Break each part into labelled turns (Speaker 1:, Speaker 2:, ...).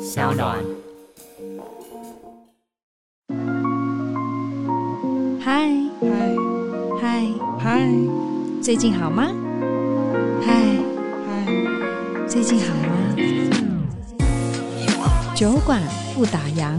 Speaker 1: 小暖。
Speaker 2: 嗨
Speaker 3: 嗨
Speaker 2: 嗨，
Speaker 3: 嗨
Speaker 2: 最近好吗？嗨，
Speaker 3: 嗨，
Speaker 2: 最近好吗？酒馆不打烊。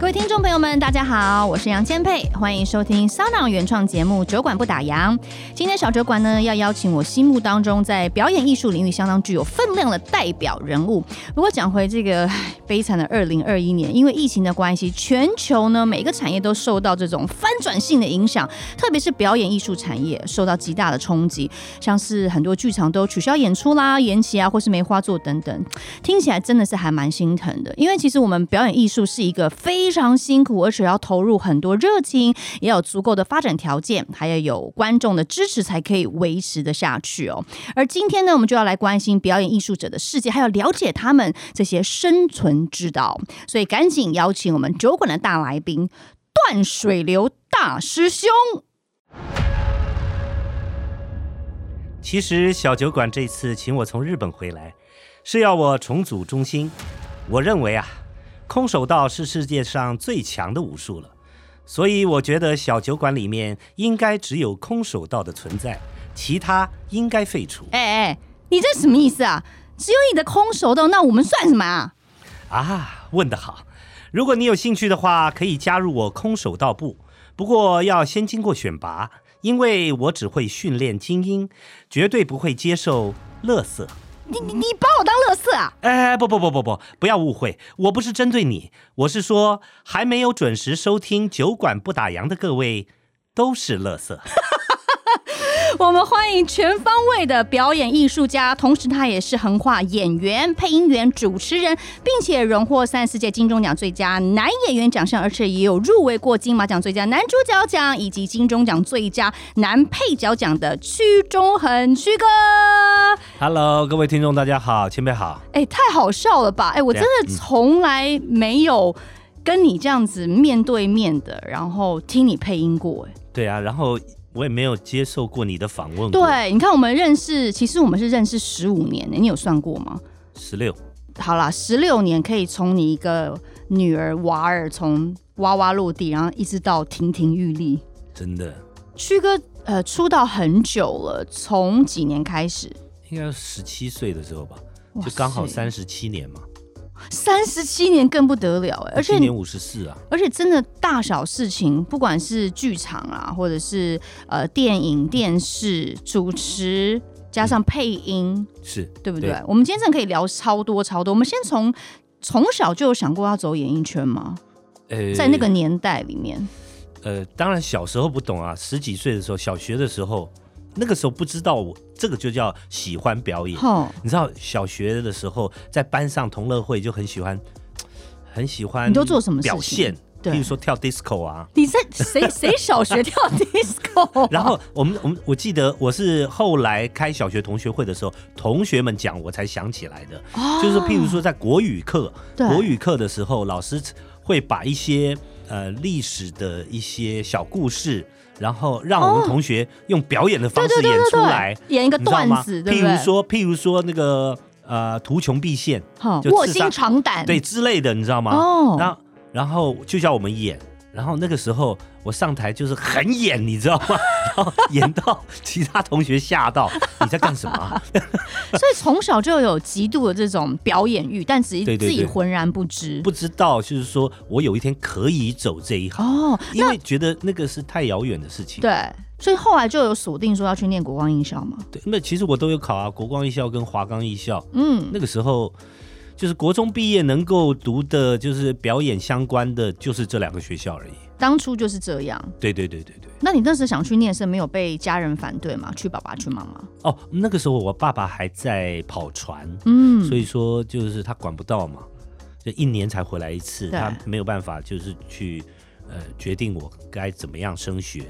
Speaker 1: 各位听众朋友们，大家好，我是杨千佩，欢迎收听 s o n 原创节目《酒馆不打烊》。今天小酒馆呢，要邀请我心目当中在表演艺术领域相当具有分量的代表人物。不过讲回这个唉悲惨的二零二一年，因为疫情的关系，全球呢每个产业都受到这种翻转性的影响，特别是表演艺术产业受到极大的冲击，像是很多剧场都取消演出啦、延期啊，或是没花做等等。听起来真的是还蛮心疼的，因为其实我们表演艺术是一个非常辛苦，而且要投入很多热情，也要有足够的发展条件，还要有观众的支持才可以维持得下去哦。而今天呢，我们就要来关心表演艺术者的世界，还有了解他们这些生存之道。所以赶紧邀请我们酒馆的大来宾断水流大师兄。
Speaker 4: 其实小酒馆这次请我从日本回来，是要我重组中心。我认为啊，空手道是世界上最强的武术了，所以我觉得小酒馆里面应该只有空手道的存在，其他应该废除
Speaker 1: 哎哎，你这什么意思啊？只有你的空手道，那我们算什么啊？
Speaker 4: 啊。问得好，如果你有兴趣的话，可以加入我空手道部，不过要先经过选拔，因为我只会训练精英，绝对不会接受垃圾。
Speaker 1: 你你你把我当乐色啊？
Speaker 4: 哎，不不不不不，不要误会，我不是针对你，我是说还没有准时收听《酒馆不打烊》的各位都是垃圾。
Speaker 1: 我们欢迎全方位的表演艺术家，同时他也是横跨演员、配音员、主持人，并且荣获三十四届金钟奖最佳男演员奖项，而且也有入围过金马奖最佳男主角奖以及金钟奖最佳男配角奖的屈中恒屈哥。
Speaker 4: Hello，各位听众，大家好，前辈好。
Speaker 1: 哎，太好笑了吧！哎，我真
Speaker 4: 啊
Speaker 1: 的
Speaker 4: 嗯
Speaker 1: 从来没有跟你这样子面对面的，然后听你配音过。哎，
Speaker 4: 对啊，然后我也没有接受过你的访问。，
Speaker 1: 对，你看我们认识，其实我们是认识十五年的，哎你有算过吗？
Speaker 4: 十六，
Speaker 1: 好啦，十六年可以从你一个女儿娃儿从娃娃落地，然后一直到亭亭玉立。
Speaker 4: 真的
Speaker 1: 曲哥呃出道很久了，从几年开始？
Speaker 4: 应该十七岁的时候吧，
Speaker 1: 哇
Speaker 4: 就刚好
Speaker 1: 塞
Speaker 4: 三十七年嘛，
Speaker 1: 三十七年更不得了哎、而且
Speaker 4: 今
Speaker 1: 你
Speaker 4: 年五十四啊。
Speaker 1: 而且真的大小事情，不管是剧场啊，或者是呃电影、电视、主持，加上配音，
Speaker 4: 是
Speaker 1: 对不对？我们今天真的可以聊超多超多。我们先从从小就有想过要走演艺圈吗？
Speaker 4: 呃，
Speaker 1: 在那个年代里面，
Speaker 4: 呃，当然小时候不懂啊，十几岁的时候，小学的时候，那个时候不知道我这个就叫喜欢表演。
Speaker 1: 吼、
Speaker 4: 你知道小学的时候，在班上同乐会就很喜欢，很喜欢。
Speaker 1: 你都做什么事情
Speaker 4: 表现？
Speaker 1: 对
Speaker 4: 譬如说跳 disco 啊。
Speaker 1: 你在谁谁小学跳 disco？、
Speaker 4: 然后我们我们我记得我是后来开小学同学会的时候，同学们讲我才想起来的，就是说譬如说在国语课，
Speaker 1: 哦对
Speaker 4: 国语课的时候，老师会把一些呃历史的一些小故事，然后让我
Speaker 1: 哦
Speaker 4: 们同学用表演的方式
Speaker 1: 对对对
Speaker 4: 演
Speaker 1: 对
Speaker 4: 出
Speaker 1: 对
Speaker 4: 来，
Speaker 1: 演一个
Speaker 4: 你知道
Speaker 1: 段
Speaker 4: 吗？
Speaker 1: 子，对不对？
Speaker 4: 譬如说譬如说那个呃图穷匕见，
Speaker 1: 吼，
Speaker 4: 就
Speaker 1: 卧
Speaker 4: 刺
Speaker 1: 薪
Speaker 4: 杀
Speaker 1: 尝胆，
Speaker 4: 对之类的，你知道吗？
Speaker 1: 哦
Speaker 4: 然后然后就叫我们演，然后那个时候我上台就是很演，你知道吗？ 然后演到其他同学吓到，你在干什 么啊？
Speaker 1: 所以从小就有极度的这种表演欲，但只
Speaker 4: 对对对
Speaker 1: 自己浑然不知。
Speaker 4: 不知道，就是说我有一天可以走这一行，
Speaker 1: 哦，
Speaker 4: 因为觉得那个是太遥远的事情。
Speaker 1: 对，所以后来就有锁定说要去念国光艺校嘛。
Speaker 4: 对，那其实我都有考啊，国光艺校跟华冈艺校，
Speaker 1: 嗯，
Speaker 4: 那个时候。就是国中毕业能够读的，就是表演相关的，就是这两个学校而已。
Speaker 1: 当初就是这样。
Speaker 4: 对对对对对。
Speaker 1: 那你那时候想去念是没有被家人反对吗？去爸爸去妈妈？
Speaker 4: 哦，那个时候我爸爸还在跑船，
Speaker 1: 嗯，
Speaker 4: 所以说就是他管不到嘛，就一年才回来一次，
Speaker 1: 对
Speaker 4: 他没有办法就是去呃决定我该怎么样升学，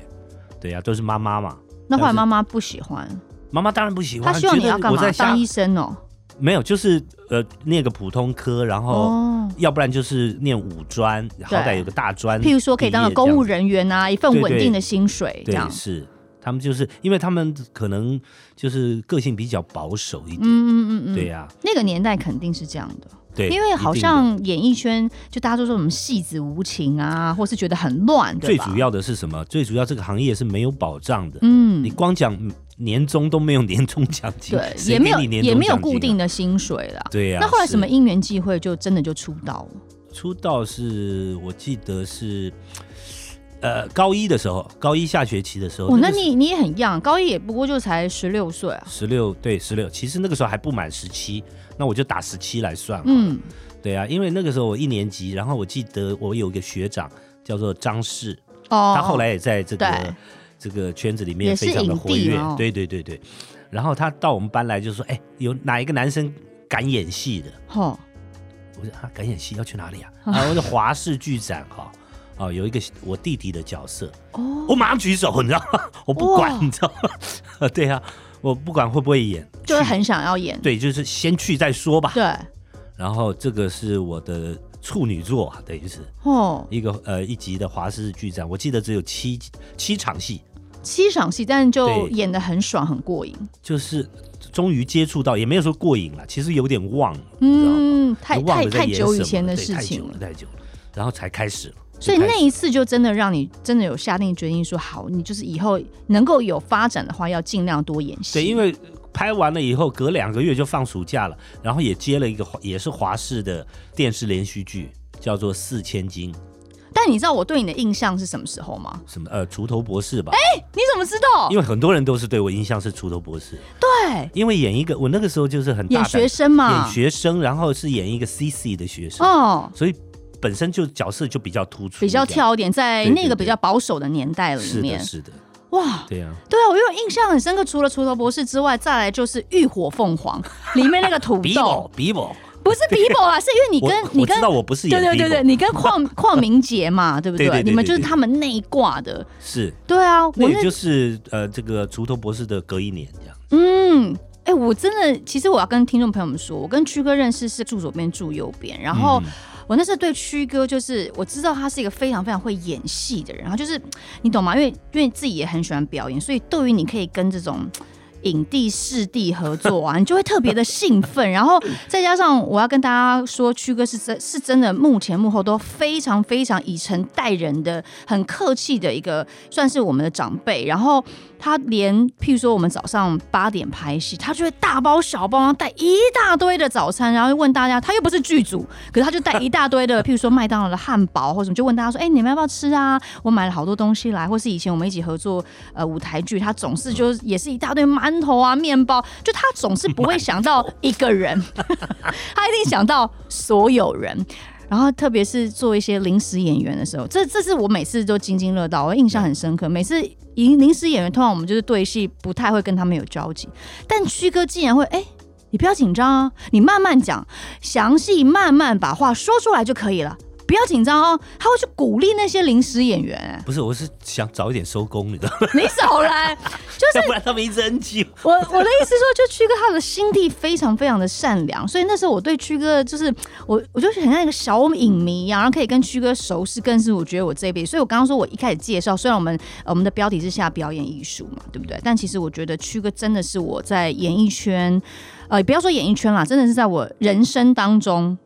Speaker 4: 对啊呀、都是妈妈嘛，
Speaker 1: 那后来
Speaker 4: 但是
Speaker 1: 妈妈不喜欢，
Speaker 4: 妈妈当然不喜欢，
Speaker 1: 她希望你
Speaker 4: 觉得
Speaker 1: 要干
Speaker 4: 我
Speaker 1: 嘛？
Speaker 4: 在
Speaker 1: 当
Speaker 4: 乡
Speaker 1: 医生哦。
Speaker 4: 没有，就是呃念个普通科，然后。
Speaker 1: 哦，
Speaker 4: 要不然就是念五专，好歹有个大专，
Speaker 1: 譬如说可以当个公务
Speaker 4: 人，
Speaker 1: 人员啊，一份
Speaker 4: 对对
Speaker 1: 稳定的薪水这
Speaker 4: 嗯对
Speaker 1: 样，。
Speaker 4: 是，他他们就是因为他们可能就是个性比较保守一
Speaker 1: 嗯
Speaker 4: 点，
Speaker 1: 嗯嗯嗯，
Speaker 4: 对呀、
Speaker 1: 那个年代肯定是这样的，
Speaker 4: 对，
Speaker 1: 因为好
Speaker 4: 一定的
Speaker 1: 像演艺圈就大家都说什么戏子无情啊，或是觉得很乱，对
Speaker 4: 最
Speaker 1: 吧？
Speaker 4: 主，要的是什么？最主要这个行业是没有保障的，
Speaker 1: 嗯
Speaker 4: 你，光讲年终都没有年终奖金，
Speaker 1: 对，
Speaker 4: 谁
Speaker 1: 也没
Speaker 4: 给
Speaker 1: 有
Speaker 4: 你年
Speaker 1: 也
Speaker 4: 终
Speaker 1: 没有
Speaker 4: 奖金
Speaker 1: 固
Speaker 4: 啊
Speaker 1: 定，的薪水啦。
Speaker 4: 对呀、
Speaker 1: 那后来什么
Speaker 4: 是
Speaker 1: 因缘际会就真的就出道了？
Speaker 4: 出道是我记得是，呃，高一的时候，高一下学期的时候，
Speaker 1: 哦，那你你也很 young，高一也不过就才十六岁啊。
Speaker 4: 十六对十六，其实那个时候还不满十七，那我就打十七来算，嗯，
Speaker 1: 嗯，
Speaker 4: 对啊，因为那个时候我一年级，然后我记得我有一个学长叫做张氏，
Speaker 1: 哦，
Speaker 4: 他后来也在这
Speaker 1: 对
Speaker 4: 个这个圈子里
Speaker 1: 也
Speaker 4: 面
Speaker 1: 是
Speaker 4: 非常的活
Speaker 1: 影帝
Speaker 4: 跃
Speaker 1: 哦，
Speaker 4: 对对对对，然后他到我们班来就说，哎，有哪一个男生敢演戏的？
Speaker 1: 吼，
Speaker 4: 我说啊，敢演戏要去哪里 啊？啊，我说华视剧展哈、哦，有一个我弟弟的角色，
Speaker 1: 哦
Speaker 4: 我马上举手，你知道吗？我不
Speaker 1: 哇
Speaker 4: 管，你知道吗？ 对啊，我不管会不会演，
Speaker 1: 就是
Speaker 4: 去
Speaker 1: 很想要演，
Speaker 4: 对，就是先去再说吧。
Speaker 1: 对，
Speaker 4: 然后这个是我的处女作啊，等于是
Speaker 1: 哦，
Speaker 4: 一个呃一集的华视剧展，我记得只有七七场戏，
Speaker 1: 七场戏，但就
Speaker 4: 对
Speaker 1: 演的很爽，很过瘾。
Speaker 4: 就是终于接触到，也没有说过瘾了，其实有点忘了，你知道吗？
Speaker 1: 嗯，太
Speaker 4: 你忘
Speaker 1: 太
Speaker 4: 了在
Speaker 1: 太
Speaker 4: 演
Speaker 1: 久以
Speaker 4: 什么
Speaker 1: 前
Speaker 4: 了
Speaker 1: 的
Speaker 4: 对
Speaker 1: 事
Speaker 4: 太
Speaker 1: 情
Speaker 4: 久了，太久了，然后才开始了。
Speaker 1: 所以
Speaker 4: 就开
Speaker 1: 那
Speaker 4: 始
Speaker 1: 一次就真的让你真的有下定决心说，好，你就是以后能够有发展的话，要尽量多演戏。
Speaker 4: 对，因为拍完了以后，隔两个月就放暑假了，然后也接了一个华也是华视的电视连续剧，叫做《四千金》，
Speaker 1: 但你知道我对你的印象是什么时候吗？
Speaker 4: 什么呃，锄头博士吧。
Speaker 1: 你怎么知道
Speaker 4: 因？为很多人都是对我印象是锄头博士，
Speaker 1: 对，
Speaker 4: 因为演一个我那个时候就是很大
Speaker 1: 演
Speaker 4: 胆
Speaker 1: 学生嘛，
Speaker 4: 演学生，然后是演一个 CC 的学生，
Speaker 1: 哦，
Speaker 4: 所以本身就角色就比较突出，
Speaker 1: 比较
Speaker 4: 这样。
Speaker 1: 跳一点，在
Speaker 4: 对对
Speaker 1: 那个
Speaker 4: 对
Speaker 1: 比较保守的年代里
Speaker 4: 是
Speaker 1: 面
Speaker 4: 的，，是的，
Speaker 1: 哇，
Speaker 4: 对啊，
Speaker 1: 对啊，我有印象很深刻。除了锄头博士之外，再来就是《浴火凤凰》 里面那个土
Speaker 4: 比
Speaker 1: 豆
Speaker 4: 我，比我，
Speaker 1: 不是比某啊，是 因为你
Speaker 4: 我
Speaker 1: 跟你
Speaker 4: 我
Speaker 1: 跟
Speaker 4: 知道我不是
Speaker 1: 对对
Speaker 4: 演
Speaker 1: 对
Speaker 4: Bibo
Speaker 1: 对，你 跟邝邝明杰嘛，对不
Speaker 4: 对对对
Speaker 1: 你们就是
Speaker 4: 对对
Speaker 1: 他们那一挂的。
Speaker 4: 是，
Speaker 1: 对啊，我
Speaker 4: 那
Speaker 1: 那
Speaker 4: 也就是呃这个锄头博士的隔一年这样。
Speaker 1: 嗯，哎、我真的，其实我要跟听众朋友们说，我跟曲哥认识是住左边住右边，然后。
Speaker 4: 嗯
Speaker 1: 我那时候对曲哥就是我知道他是一个非常非常会演戏的人，然后就是你懂吗？因为因为自己也很喜欢表演，所以对于你可以跟这种影帝视帝合作啊，你就会特别的兴奋。然后再加上我要跟大家说，曲哥是真是真的幕前幕后都非常非常以诚待人的，很客气的一个，算是我们的长辈。然后他连譬如说我们早上八点拍戏，他就会大包小包，然后带一大堆的早餐，然后问大家，他又不是剧组，可是他就带一大堆的，譬如说麦当劳的汉堡或什么，就问大家说，哎、你们要不要吃啊？我买了好多东西来，或是以前我们一起合作呃舞台剧，他总是就是也是一大堆馒头啊、面包，就他总是不会想到一个人， 他一定想到所有人。然后，特别是做一些临时演员的时候，这这是我每次都津津乐道，我印象很深刻。每次临临时演员，通常我们就是对戏，不太会跟他们有交集。但曲哥竟然会，哎，你不要紧张啊，你慢慢讲，详细慢慢把话说出来就可以了，不要紧张哦。他会去鼓励那些临时演员、哎
Speaker 4: 不是，我是想早一点收工，你知道吗？
Speaker 1: 你少来！就是
Speaker 4: 要不然他们一直 NG 我。
Speaker 1: 我我的意思说，就曲哥他的心地非常非常的善良，所以那时候我对曲哥就是我我就是很像一个小影迷一样，然后可以跟曲哥熟识，更是我觉得我这一辈子。所以我刚刚说我一开始介绍，虽然我们、呃、我们的标题是下表演艺术嘛，对不对？但其实我觉得曲哥真的是我在演艺圈，呃，不要说演艺圈啦，真的是在我人生当中。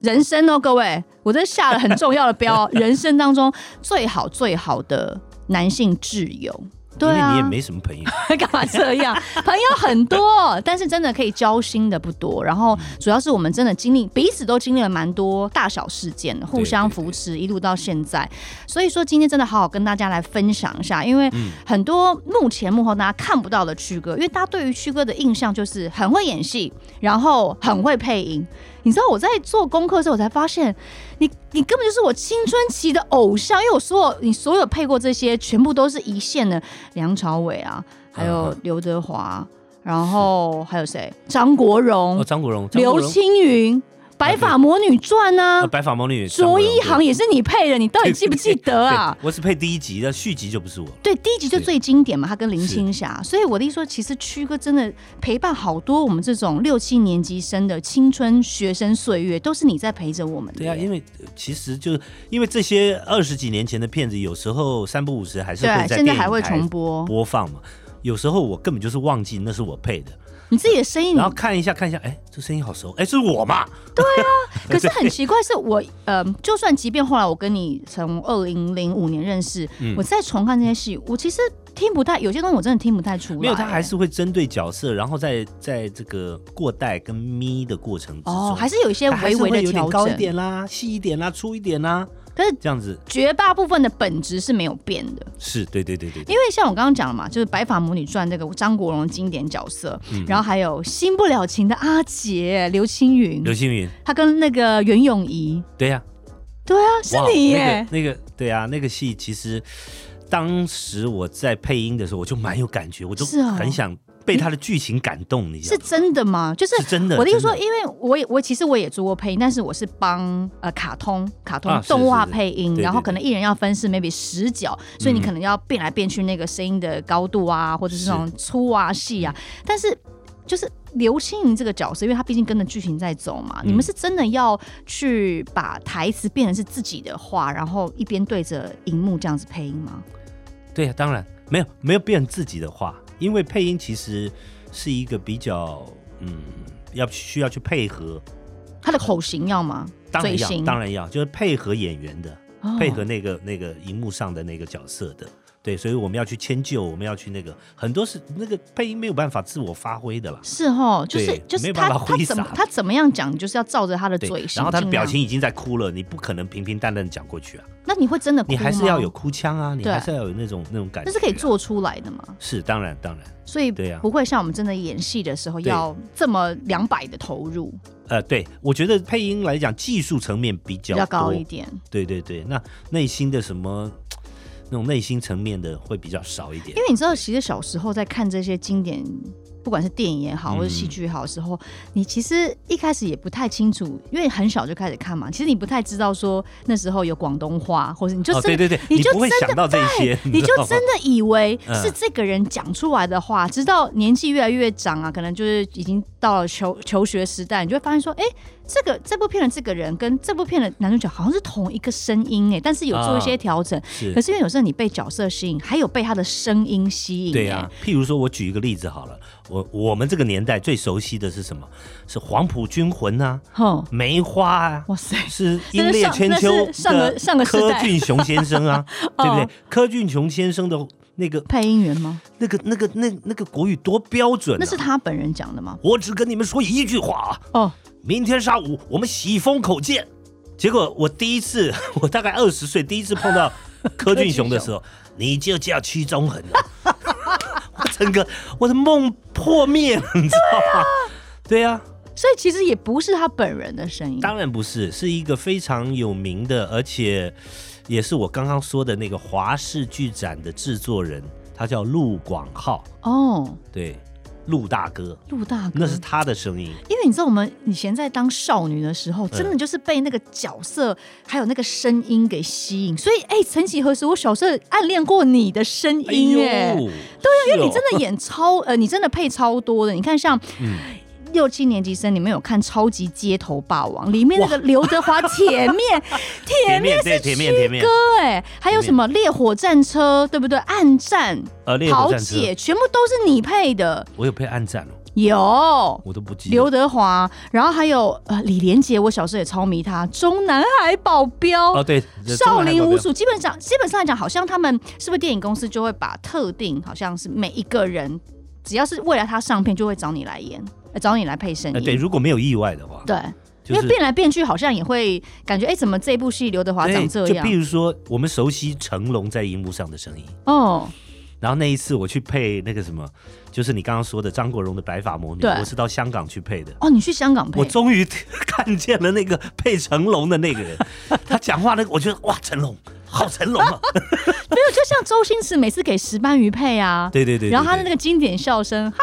Speaker 1: 人生哦，各位，我这下了很重要的标， 人生当中最好最好的男性挚友。对
Speaker 4: 因
Speaker 1: 啊，
Speaker 4: 为你也没什么朋友，
Speaker 1: 干嘛这样？朋友很多，但是真的可以交心的不多。然后主要是我们真的经历，彼此都经历了蛮多大小事件的，互相扶持，一路到现在。所以说今天真的好好跟大家来分享一下，因为很多幕前幕后大家看不到的曲哥，因为大家对于曲哥的印象就是很会演戏，然后很会配音。你知道我在做功课的时候，我才发现你你根本就是我青春期的偶像，因为我所有你所有配过这些，全部都是一线的梁朝伟啊，还
Speaker 4: 嗯
Speaker 1: 有刘德啊华，然后还有谁？张国荣、
Speaker 4: 哦，张国荣，张国
Speaker 1: 刘
Speaker 4: 荣
Speaker 1: 青云。白发魔女传》
Speaker 4: 呃
Speaker 1: 啊，
Speaker 4: 白发魔女张
Speaker 1: 卓
Speaker 4: 国荣
Speaker 1: 一航也是你配的，你到底记不记得啊？
Speaker 4: 对我是配第一集的，续集就不是我。
Speaker 1: 对，第一集就最经典嘛，他跟林
Speaker 4: 是
Speaker 1: 青霞，所以我的意思说，其实曲哥真的陪伴好多我们这种六七年级生的青春学生岁月，都是你在陪着我们的
Speaker 4: 对
Speaker 1: 耶。
Speaker 4: 啊，因为呃其实就因为这些二十几年前的片子，有时候三不五时还是
Speaker 1: 对
Speaker 4: 会
Speaker 1: 现在
Speaker 4: 电影
Speaker 1: 还会
Speaker 4: 台
Speaker 1: 重播
Speaker 4: 播放嘛。有时候我根本就是忘记那是我配的，
Speaker 1: 你自己的声音，
Speaker 4: 然后看一下看一下，哎，这声音好熟，哎，是我嘛？
Speaker 1: 可是很奇怪，是我呃，就算即便后来我跟你从二零零五年认识，
Speaker 4: 嗯
Speaker 1: 我再重看这些戏，我其实听不太，有些东西我真的听不太出来。
Speaker 4: 没有，他还是会针对角色，然后在在这个过带跟咪的过程之中，
Speaker 1: 哦，还是有一些
Speaker 4: 它还
Speaker 1: 微
Speaker 4: 是
Speaker 1: 微
Speaker 4: 会
Speaker 1: 的
Speaker 4: 有点
Speaker 1: 调
Speaker 4: 高一
Speaker 1: 整，
Speaker 4: 点啦，细一点啦，粗一点啦，
Speaker 1: 可是
Speaker 4: 这样子
Speaker 1: 绝大部分的本质是没有变的。
Speaker 4: 是对对对对对
Speaker 1: 因为像我刚刚讲了嘛，就是《白发魔女传》这个张国荣经典角色，
Speaker 4: 嗯
Speaker 1: 然后还有《新不了情》的阿杰刘青云，
Speaker 4: 刘青云，
Speaker 1: 他跟那个袁咏仪，
Speaker 4: 对呀、
Speaker 1: 对啊，是
Speaker 4: 哇
Speaker 1: 你耶。
Speaker 4: 那个那个对啊，那个戏其实当时我在配音的时候，我就蛮有感觉，我就是
Speaker 1: 哦
Speaker 4: 很想被他的剧情感动，你知
Speaker 1: 是
Speaker 4: 道吗？
Speaker 1: 真的吗？就是
Speaker 4: 是真的
Speaker 1: 我的意思说，
Speaker 4: 真
Speaker 1: 因为我也我其实我也做过配音，但是我是帮呃卡通卡通
Speaker 4: 啊是
Speaker 1: 动画
Speaker 4: 是是
Speaker 1: 配音，
Speaker 4: 对对
Speaker 1: 然后
Speaker 4: 对
Speaker 1: 可能一人要分饰 maybe 十角，所以你
Speaker 4: 嗯
Speaker 1: 可能要变来变去那个声音的高度啊，或者是
Speaker 4: 是
Speaker 1: 那种粗啊细啊，但是就是。刘青云这个角色，因为他毕竟跟着剧情在走
Speaker 4: 嗯
Speaker 1: 嘛，你们是真的要去把台词变成是自己的话，然后一边对着荧幕这样子配音吗？
Speaker 4: 对啊，当然没有没有变自己的话，因为配音其实是一个比较嗯，要需要去配合，
Speaker 1: 他的口型要吗？
Speaker 4: 当
Speaker 1: 嘴
Speaker 4: 然要
Speaker 1: 型
Speaker 4: 当然要，就是配合演员的，
Speaker 1: 哦
Speaker 4: 配合那个那个荧幕上的那个角色的。对，所以我们要去迁就，我们要去那个，很多是那个配音没有办法自我发挥的啦。
Speaker 1: 是哦，就是
Speaker 4: 对
Speaker 1: 就是
Speaker 4: 没
Speaker 1: 他
Speaker 4: 办法
Speaker 1: 他
Speaker 4: 挥
Speaker 1: 怎么
Speaker 4: 洒
Speaker 1: 他怎么样讲，你就是要照着他的
Speaker 4: 对
Speaker 1: 嘴，型，
Speaker 4: 然后他的
Speaker 1: 尽
Speaker 4: 表
Speaker 1: 量，
Speaker 4: 情已经在哭了，你不可能平平淡淡地讲过去啊。
Speaker 1: 那你会真的哭
Speaker 4: 你还是
Speaker 1: 吗
Speaker 4: 要有，哭腔啊，你
Speaker 1: 对
Speaker 4: 还是要有那种那种感觉、
Speaker 1: 那
Speaker 4: 啊
Speaker 1: 是可以，做出来的嘛，
Speaker 4: 是当然当然，
Speaker 1: 所以
Speaker 4: 对啊
Speaker 1: 不会像我们真的演戏的时候
Speaker 4: 对
Speaker 1: 要这么两百的投入，
Speaker 4: 呃，对我觉得配音来讲，技术层面比
Speaker 1: 比
Speaker 4: 较
Speaker 1: 较高
Speaker 4: 多
Speaker 1: 一，点。
Speaker 4: 对对对，那内心的什么那种内心层面的会比较少一点
Speaker 1: 因，为你知道，其实小时候在看这些经典，不管是电影也好，或者
Speaker 4: 嗯
Speaker 1: 戏剧也好的时候，你其实一开始也不太清楚，因为很小就开始看嘛，其实你不太知道说那时候有广东话，或者你就
Speaker 4: 哦，
Speaker 1: 真的。
Speaker 4: 对对对，
Speaker 1: 你就
Speaker 4: 不会
Speaker 1: 真的
Speaker 4: 想到这一些，
Speaker 1: 哎你就
Speaker 4: 知道吗
Speaker 1: 真的以为
Speaker 4: 嗯
Speaker 1: 是这个人讲出来的话，直到年纪越来越长啊，可能就是已经到了求求学时代，你就会发现说，哎、这个这部片的这个人跟这部片的男主角好像是同一个声音哎、但是有做一些调整。
Speaker 4: 是
Speaker 1: 可是因为有时候你被角色吸引，还有被他的声音吸引、
Speaker 4: 对啊
Speaker 1: 哎
Speaker 4: 呀、譬如说，我举一个例子好了，我我们这个年代最熟悉的是什么？是黄埔军魂啊，
Speaker 1: 哎哼，
Speaker 4: 梅花啊，
Speaker 1: 哇塞，
Speaker 4: 是英烈千秋
Speaker 1: 那是上那是上个
Speaker 4: 的
Speaker 1: 上个世
Speaker 4: 柯
Speaker 1: 代
Speaker 4: 俊雄先生 啊，对不对
Speaker 1: 哦？
Speaker 4: 柯俊雄先生的那个、
Speaker 1: 配音员吗？
Speaker 4: 那个、那个、那那个国语多标准、啊！
Speaker 1: 那是他本人讲的吗？
Speaker 4: 我只跟你们说一句话啊，
Speaker 1: 哦，
Speaker 4: 明天上午我们喜风口见。结果我第一次， 我大概二十岁，第一次 碰到柯俊雄的时候，你就叫屈中恒了。 我整个我的梦破灭了，你知道吗？ 对啊呀、
Speaker 1: 所以其实也不是他本人的声音。
Speaker 4: 当然不是，是一个非常有名的，而且也是我刚刚说的那个华视剧展的制作人，他叫陆广浩，
Speaker 1: 哦，
Speaker 4: 对，陆大哥，
Speaker 1: 陆大哥，
Speaker 4: 那是他的声音，
Speaker 1: 因为你知道，我们以前在当少女的时候，真的就是被那个角色还有那个声音给吸引。所以，哎、曾几何时，我小时候暗恋过你的声音、哎、
Speaker 4: 对
Speaker 1: 因
Speaker 4: 哦
Speaker 1: 为你真的演超，呃，你真的配超多的。你看像。
Speaker 4: 嗯
Speaker 1: 六七年级生，你们有看《超级街头霸王》里面那个刘德华铁 面，铁
Speaker 4: 铁
Speaker 1: 面
Speaker 4: 面
Speaker 1: 是
Speaker 4: 对
Speaker 1: 曲
Speaker 4: 铁面铁面
Speaker 1: 哥哎，还有什么烈火战车，对不对？暗战、
Speaker 4: 呃，烈火
Speaker 1: 桃
Speaker 4: 战车，
Speaker 1: 姐，全部都是你配的，
Speaker 4: 我有配暗战哦，
Speaker 1: 有。
Speaker 4: 我都不记得。
Speaker 1: 刘德华，然后还有呃李连杰，我小时候也超迷他，《中南海保镖》
Speaker 4: 哦，对，
Speaker 1: 少林
Speaker 4: 无
Speaker 1: 五祖，基本上基本上来讲，好像他们是不是电影公司就会把特定，好像是每一个人，只要是未来他上片，就会找你来演，呃、找你来配声音。
Speaker 4: 呃，对，如果没有意外的话，
Speaker 1: 对
Speaker 4: 就
Speaker 1: 因
Speaker 4: 是
Speaker 1: 为变来变去，好像也会感觉，哎，怎么这部戏刘德华长
Speaker 4: 对，
Speaker 1: 这
Speaker 4: 就
Speaker 1: 样
Speaker 4: 比？如说我们熟悉成龙在荧幕上的声音，
Speaker 1: 哦，
Speaker 4: 然后那一次我去配那个什么，就是你刚刚说的张国荣的《白发魔女
Speaker 1: 对》，
Speaker 4: 我是到香港去配的。
Speaker 1: 哦，你去香港配
Speaker 4: 我，终于看见了那个配成龙的那个 人，他讲话那个，我觉得哇，成龙，好成 龙啊！
Speaker 1: 没有，就像周星驰每次给石斑鱼配啊，
Speaker 4: 对对对对
Speaker 1: 然后他的那
Speaker 4: 对
Speaker 1: 个经典笑声，哈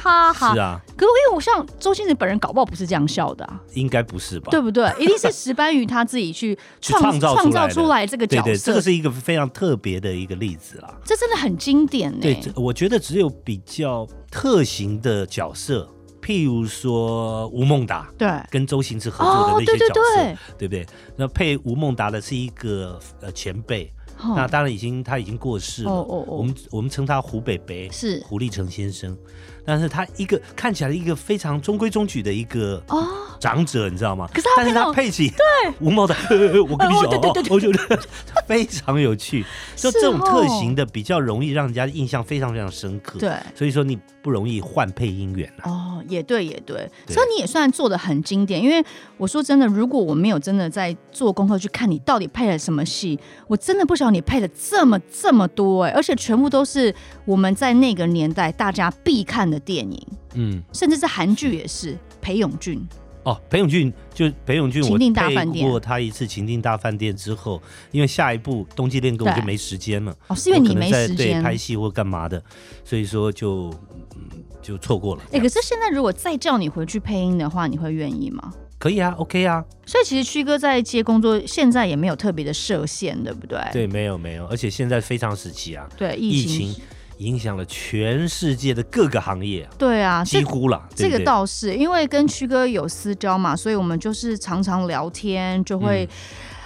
Speaker 1: 哈哈哈。
Speaker 4: 是啊，
Speaker 1: 可因为我像周星驰本人，搞不好不是这样笑的啊，
Speaker 4: 应该不是吧？
Speaker 1: 对不 对？一定是石斑鱼他自己去
Speaker 4: 去
Speaker 1: 创
Speaker 4: 创
Speaker 1: 造
Speaker 4: 造出来的
Speaker 1: 出来这个角
Speaker 4: 对
Speaker 1: 色，
Speaker 4: 对，这个是一个非常特别的一个例子啦。
Speaker 1: 这真的很经典欸呢、
Speaker 4: 对，这我觉得只有比较特型的角色，譬如说吴孟达
Speaker 1: 对
Speaker 4: 跟周星驰合作的
Speaker 1: 哦
Speaker 4: 那些
Speaker 1: 对对
Speaker 4: 角色，
Speaker 1: 对
Speaker 4: 对不对？那配吴孟达的是一个呃前辈，
Speaker 1: 哦
Speaker 4: 那当然已经他已经过世了，
Speaker 1: 哦哦哦
Speaker 4: 我们我们称他胡北北，
Speaker 1: 是
Speaker 4: 胡立成先生。但是他一个看起来一个非常中规中矩的一个
Speaker 1: 哦
Speaker 4: 长者，你知道吗？
Speaker 1: 可是他
Speaker 4: 但是
Speaker 1: 那
Speaker 4: 他
Speaker 1: 种
Speaker 4: 配起对吴孟达， 呃我跟你
Speaker 1: 哦
Speaker 4: 讲，
Speaker 1: 对对对
Speaker 4: 哦我觉得 非常有趣。就是这种特型
Speaker 1: 哦
Speaker 4: 的比较容易让人家印象非常非常深刻。
Speaker 1: 对
Speaker 4: 所以说你不容易换配音员啊。
Speaker 1: 哦，也对也对，
Speaker 4: 对
Speaker 1: 所以你也算做的很经典。因为我说真的，如果我没有真的在做功课去看你到底配了什么戏，我真的不晓得你配了这么这么多哎、而且全部都是我们在那个年代大家必看的电影，
Speaker 4: 嗯，
Speaker 1: 甚至是韩剧也是。裴勇俊，
Speaker 4: 哦，裴勇俊就裴勇俊，
Speaker 1: 情
Speaker 4: 我
Speaker 1: 定大饭
Speaker 4: 配
Speaker 1: 店
Speaker 4: 过他一次《情定大饭店》之后，因为下一部《冬季恋歌》我
Speaker 1: 对
Speaker 4: 就没时间了，
Speaker 1: 哦，是因为
Speaker 4: 我
Speaker 1: 你
Speaker 4: 可能
Speaker 1: 没
Speaker 4: 在
Speaker 1: 时
Speaker 4: 对
Speaker 1: 间。
Speaker 4: 拍戏或干嘛的，所以说就嗯就错过了。
Speaker 1: 哎、可是现在如果再叫你回去配音的话，你会愿意吗？
Speaker 4: 可以啊，OK 啊，
Speaker 1: 所以其实曲哥在接工作，现在也没有特别的设限，对不对？
Speaker 4: 对，没有没有，而且现在非常时期啊，
Speaker 1: 对，
Speaker 4: 疫
Speaker 1: 哎疫情
Speaker 4: 情影响了全世界的各个行业啊，
Speaker 1: 对啊，这
Speaker 4: 几乎啦，
Speaker 1: 这
Speaker 4: 对
Speaker 1: 个
Speaker 4: 不对
Speaker 1: 倒是，因为跟曲哥有私交嘛，所以我们就是常常聊天，就会。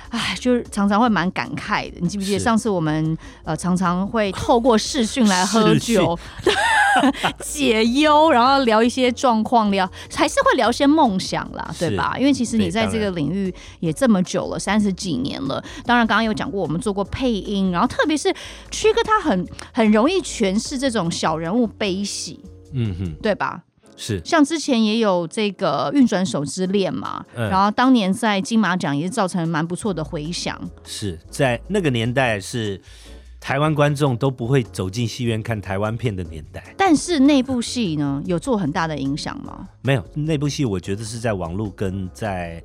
Speaker 1: 唉，就是常常会蛮感慨的。你记不记得
Speaker 4: 嗯是
Speaker 1: 上次我们呃常常会透过视讯来喝
Speaker 4: 视讯
Speaker 1: 酒， 解忧，然后聊一些状况，聊还是会聊一些梦想啦，
Speaker 4: 是
Speaker 1: 对吧？因为其实你
Speaker 4: 对
Speaker 1: 在
Speaker 4: 当
Speaker 1: 这个
Speaker 4: 然
Speaker 1: 领域也这么久了，三十几年了。当然，刚刚有讲过，我们做过配音，然后特别是曲哥他很很容易诠释这种小人物悲喜，
Speaker 4: 嗯哼，
Speaker 1: 对吧？
Speaker 4: 是
Speaker 1: 像之前也有这个运转手之恋嘛，
Speaker 4: 嗯
Speaker 1: 然后当年在金马奖也是造成蛮不错的回响。
Speaker 4: 是在那个年代是台湾观众都不会走进戏院看台湾片的年代，
Speaker 1: 但是那部戏呢，有做很大的影响吗？
Speaker 4: 没有那部戏，我觉得是在网络跟在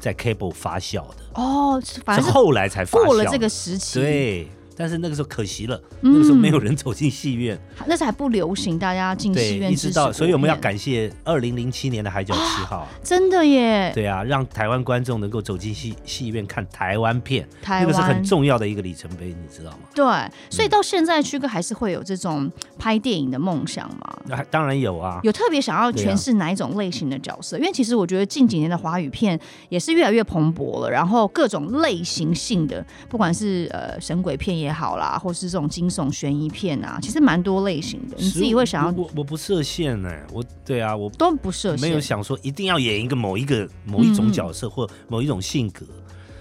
Speaker 4: 在 cable 发酵的，
Speaker 1: 哦，反
Speaker 4: 是
Speaker 1: 正是
Speaker 4: 后来才发酵
Speaker 1: 过了这个嗯时期，，
Speaker 4: 对。但是那个时候可惜了，那个时候没有人走进戏院，
Speaker 1: 那时候还不流行大家进嗯戏
Speaker 4: 对，
Speaker 1: 院
Speaker 4: 一直
Speaker 1: 支持
Speaker 4: 到，
Speaker 1: 国
Speaker 4: 所以我们要
Speaker 1: 片
Speaker 4: 感谢二零零七年的《海角七号》
Speaker 1: 真的耶，
Speaker 4: 对啊，让台湾观众能够走进戏戏院看台湾片，
Speaker 1: 台湾
Speaker 4: 那个是很重要的一个里程碑，你知道吗？
Speaker 1: 对，
Speaker 4: 嗯
Speaker 1: 所以到现在曲哥还是会有这种拍电影的梦想嘛。
Speaker 4: 那、当然有啊，
Speaker 1: 有特别想要
Speaker 4: 对啊
Speaker 1: 诠释哪一种类型的角色？因为其实我觉得近几年的华语片也是越来越蓬勃了，然后各种类型性的，不管是呃神鬼片也好啦，或是这种惊悚悬疑片啊，其实蛮多类型的。你自己会想要
Speaker 4: 我我我不设限呢、我对啊，我
Speaker 1: 都不设
Speaker 4: 没有
Speaker 1: 限，嗯
Speaker 4: 想说一定要演一个某一个某一种角色或某一种性格，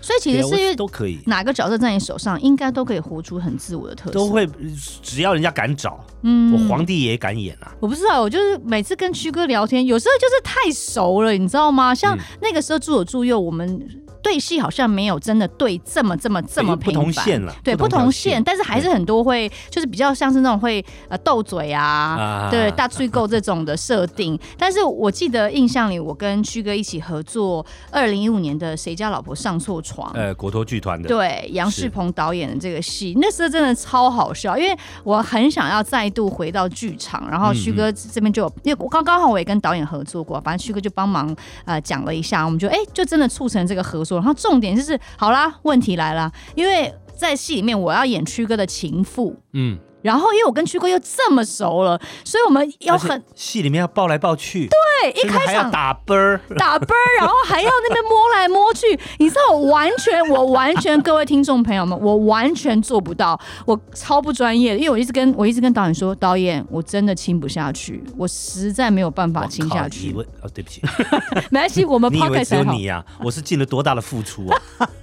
Speaker 1: 所以其
Speaker 4: 对
Speaker 1: 实
Speaker 4: 啊，我
Speaker 1: 是
Speaker 4: 都可以，
Speaker 1: 哪个角色在你手上，应该都可以活出很自我的特色。
Speaker 4: 都会只要人家敢找，
Speaker 1: 嗯
Speaker 4: 我皇帝也敢演啊。
Speaker 1: 我不知道，我就是每次跟曲哥聊天，有时候就是太熟了，你知道吗？像
Speaker 4: 嗯
Speaker 1: 那个时候助左助右，我们对戏好像没有真的对这么这么这么
Speaker 4: 对
Speaker 1: 频
Speaker 4: 不
Speaker 1: 繁，
Speaker 4: 同线了
Speaker 1: 对
Speaker 4: 不
Speaker 1: 不
Speaker 4: 同条
Speaker 1: 同线，
Speaker 4: 线
Speaker 1: 但是还是很多会就是比较像是那种会呃斗嘴啊，
Speaker 4: 啊
Speaker 1: 对大吹购这种的 设定。但是我记得印象里，我跟曲哥一起合作二零一五年的《谁家老婆上错床》，
Speaker 4: 呃，国托剧团的，
Speaker 1: 对杨
Speaker 4: 是
Speaker 1: 世鹏导演的这个戏，那时候真的超好笑，因为我很想要再度回到剧场，然
Speaker 4: 嗯
Speaker 1: 后旭哥这边就有，因为我刚刚好我也跟导演合作过，反正
Speaker 4: 嗯
Speaker 1: 旭哥就帮忙呃讲了一下，我们就哎、就真的促成这个合作。然后重点就是，好啦，问题来了，因为在戏里面我要演曲哥的情妇。
Speaker 4: 嗯，
Speaker 1: 然后，因为我跟曲哥又这么熟了，所以我们要
Speaker 4: 而且
Speaker 1: 很
Speaker 4: 戏里面要抱来抱去，
Speaker 1: 对一
Speaker 4: 甚至
Speaker 1: 开
Speaker 4: 还要
Speaker 1: 场
Speaker 4: 打啵儿，
Speaker 1: 打啵儿，然后还要那边摸来摸去，你知道，我完全，我完全，各位听众朋友们，我完全做不到，我超不专业的，因为我一直跟我一直跟导演说，导演，我真的亲不下去，我实在没有办法
Speaker 4: 我
Speaker 1: 亲
Speaker 4: 靠
Speaker 1: 下
Speaker 4: 以
Speaker 1: 去。
Speaker 4: 为哦，对不起，
Speaker 1: 没关 系，我们
Speaker 4: 你以为
Speaker 1: podcast
Speaker 4: 只有
Speaker 1: 还好，
Speaker 4: 你啊？我是尽了多大的 付出啊，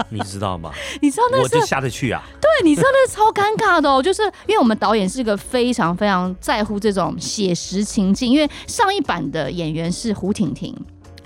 Speaker 4: 你知道吗？
Speaker 1: 你知道哦那
Speaker 4: 我
Speaker 1: 是
Speaker 4: 就下得去啊，
Speaker 1: 对，你知道那是超尴尬的哦，就是因为我们导演是一个非常非常在乎这种写实情境，因为上一版的演员是胡婷婷。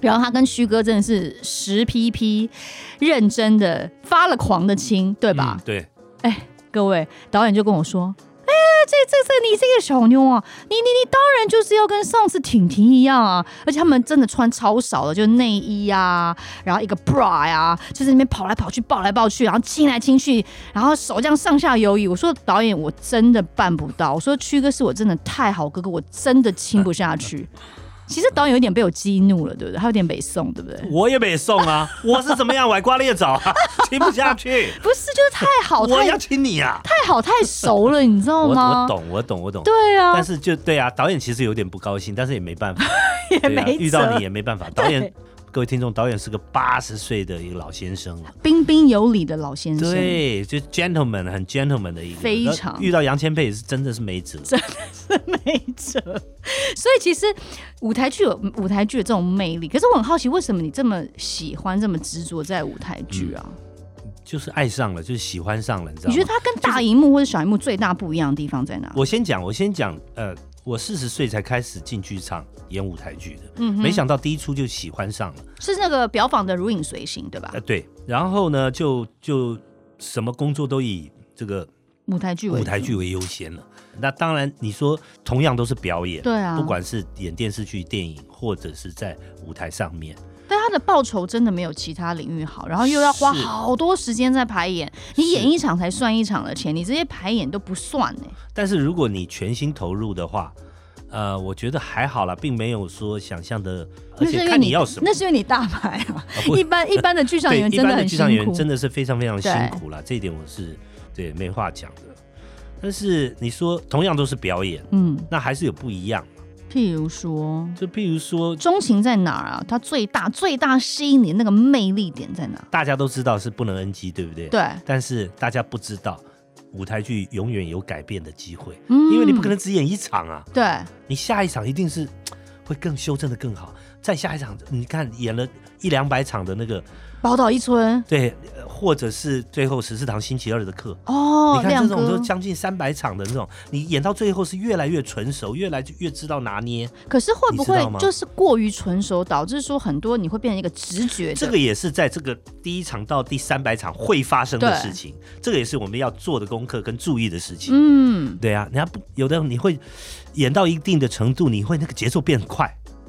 Speaker 1: 然后他跟徐哥真的是实 P P，认真的发了狂的亲，对吧？
Speaker 4: 嗯对，
Speaker 1: 哎，各位导演就跟我说：“哎、这这这你这个小妞啊，你你你当然就是要跟上次婷婷一样啊，而且他们真的穿超少的，就是内衣啊，然后一个 bra 呀、就是那边跑来跑去、抱来抱去，然后亲来亲去，然后手这样上下游移。我说导演，我真的办不到。我说曲哥是我真的太好哥哥，我真的亲不下去。 其实导演有点被我激怒了，对不对？他有点北宋，对不对？
Speaker 4: 我也没送 啊，我是怎么样崴瓜裂枣 啊，亲不下去，
Speaker 1: 不是，就是太好，
Speaker 4: 我
Speaker 1: 哦太
Speaker 4: 要亲你啊！
Speaker 1: 太好太熟了，你知道
Speaker 4: 我
Speaker 1: 吗？
Speaker 4: 我懂，我懂，我懂。
Speaker 1: 对啊，
Speaker 4: 但是就对啊，导演其实有点不高兴，但是也没办法，
Speaker 1: 也
Speaker 4: 对啊，
Speaker 1: 没
Speaker 4: 遇到
Speaker 1: 辙
Speaker 4: 你也没办法。导演，各位听众，导演是个八十岁的一个老先生了，
Speaker 1: 彬彬有礼的老先生，
Speaker 4: 对，就 gentleman 很 gentleman 的一个，
Speaker 1: 非
Speaker 4: 那
Speaker 1: 常
Speaker 4: 遇到杨千霈也是真的是没辙，
Speaker 1: 没辙。所以其实舞台剧有舞台剧的这种魅力，可是我很好奇，为什么你这么喜欢、这么执着在舞台剧啊？
Speaker 4: 嗯就是爱上了，就是喜欢上了，你知道
Speaker 1: 你
Speaker 4: 吗
Speaker 1: 觉得？它跟大荧幕或者小荧幕最大不一样的地方在哪？
Speaker 4: 我先讲，我先讲，呃，我四十岁才开始进剧场演舞台剧的，
Speaker 1: 嗯哼
Speaker 4: 没想到第一出就喜欢上了。
Speaker 1: 是那个表坊的如影随形，对吧
Speaker 4: 呃，？对，然后呢，就就什么工作都以这个
Speaker 1: 舞台剧为
Speaker 4: 舞台
Speaker 1: 主
Speaker 4: 剧，为优先了。那当然，你说同样都是表演，
Speaker 1: 对啊
Speaker 4: 不管是演电视剧、电影，或者是在舞台上面，
Speaker 1: 但它的报酬真的没有其他领域好，然后又要花
Speaker 4: 是
Speaker 1: 好多时间在排演，你演一场才算一场的钱，你这些排演都不算呢、
Speaker 4: 但是如果你全心投入的话，呃，我觉得还好啦，并没有说想象的，而
Speaker 1: 那是
Speaker 4: 且
Speaker 1: 因为
Speaker 4: 看你要什么。
Speaker 1: 那是因为你大牌啊。
Speaker 4: 啊不
Speaker 1: 一般一般的剧场
Speaker 4: 对
Speaker 1: 演员
Speaker 4: 一
Speaker 1: 真的
Speaker 4: 般的
Speaker 1: 很
Speaker 4: 剧
Speaker 1: 辛
Speaker 4: 场演员
Speaker 1: 苦，
Speaker 4: 真的是非常非常辛
Speaker 1: 对
Speaker 4: 苦啦，这一点我是对没话讲的。但是你说同样都是表演，
Speaker 1: 嗯，
Speaker 4: 那还是有不一样。
Speaker 1: 譬如说，
Speaker 4: 就譬如说，
Speaker 1: 钟情在哪儿啊？它最大最大吸引你的那个魅力点在哪？
Speaker 4: 大家都知道是不能 NG，对不对？。
Speaker 1: 对，
Speaker 4: 但是大家不知道，舞台剧永远有改变的机会，
Speaker 1: 嗯
Speaker 4: 因为你不可能只演一场啊，
Speaker 1: 对，
Speaker 4: 你下一场一定是会更修正的更好，再下一场，你看演了一两百场的那个，
Speaker 1: 宝岛一村
Speaker 4: 对，呃或者是最后十四堂星期二的课。
Speaker 1: 哦，
Speaker 4: 你看
Speaker 1: 亮
Speaker 4: 这种
Speaker 1: 哥
Speaker 4: 都。将近三百场的那种，你演到最后是越来越纯熟，越来越知道拿捏，
Speaker 1: 可是会不
Speaker 4: 你知
Speaker 1: 会
Speaker 4: 道吗
Speaker 1: 就是过于纯熟，导致说很多你会变成一个直觉的？
Speaker 4: 这个也是在这个第一场到第三百场会发生的
Speaker 1: 对
Speaker 4: 事情，这个也是我们要做的功课跟注意的事情。
Speaker 1: 嗯
Speaker 4: 对啊，人家不有的你会演到一定的程度，你会那个节奏变快，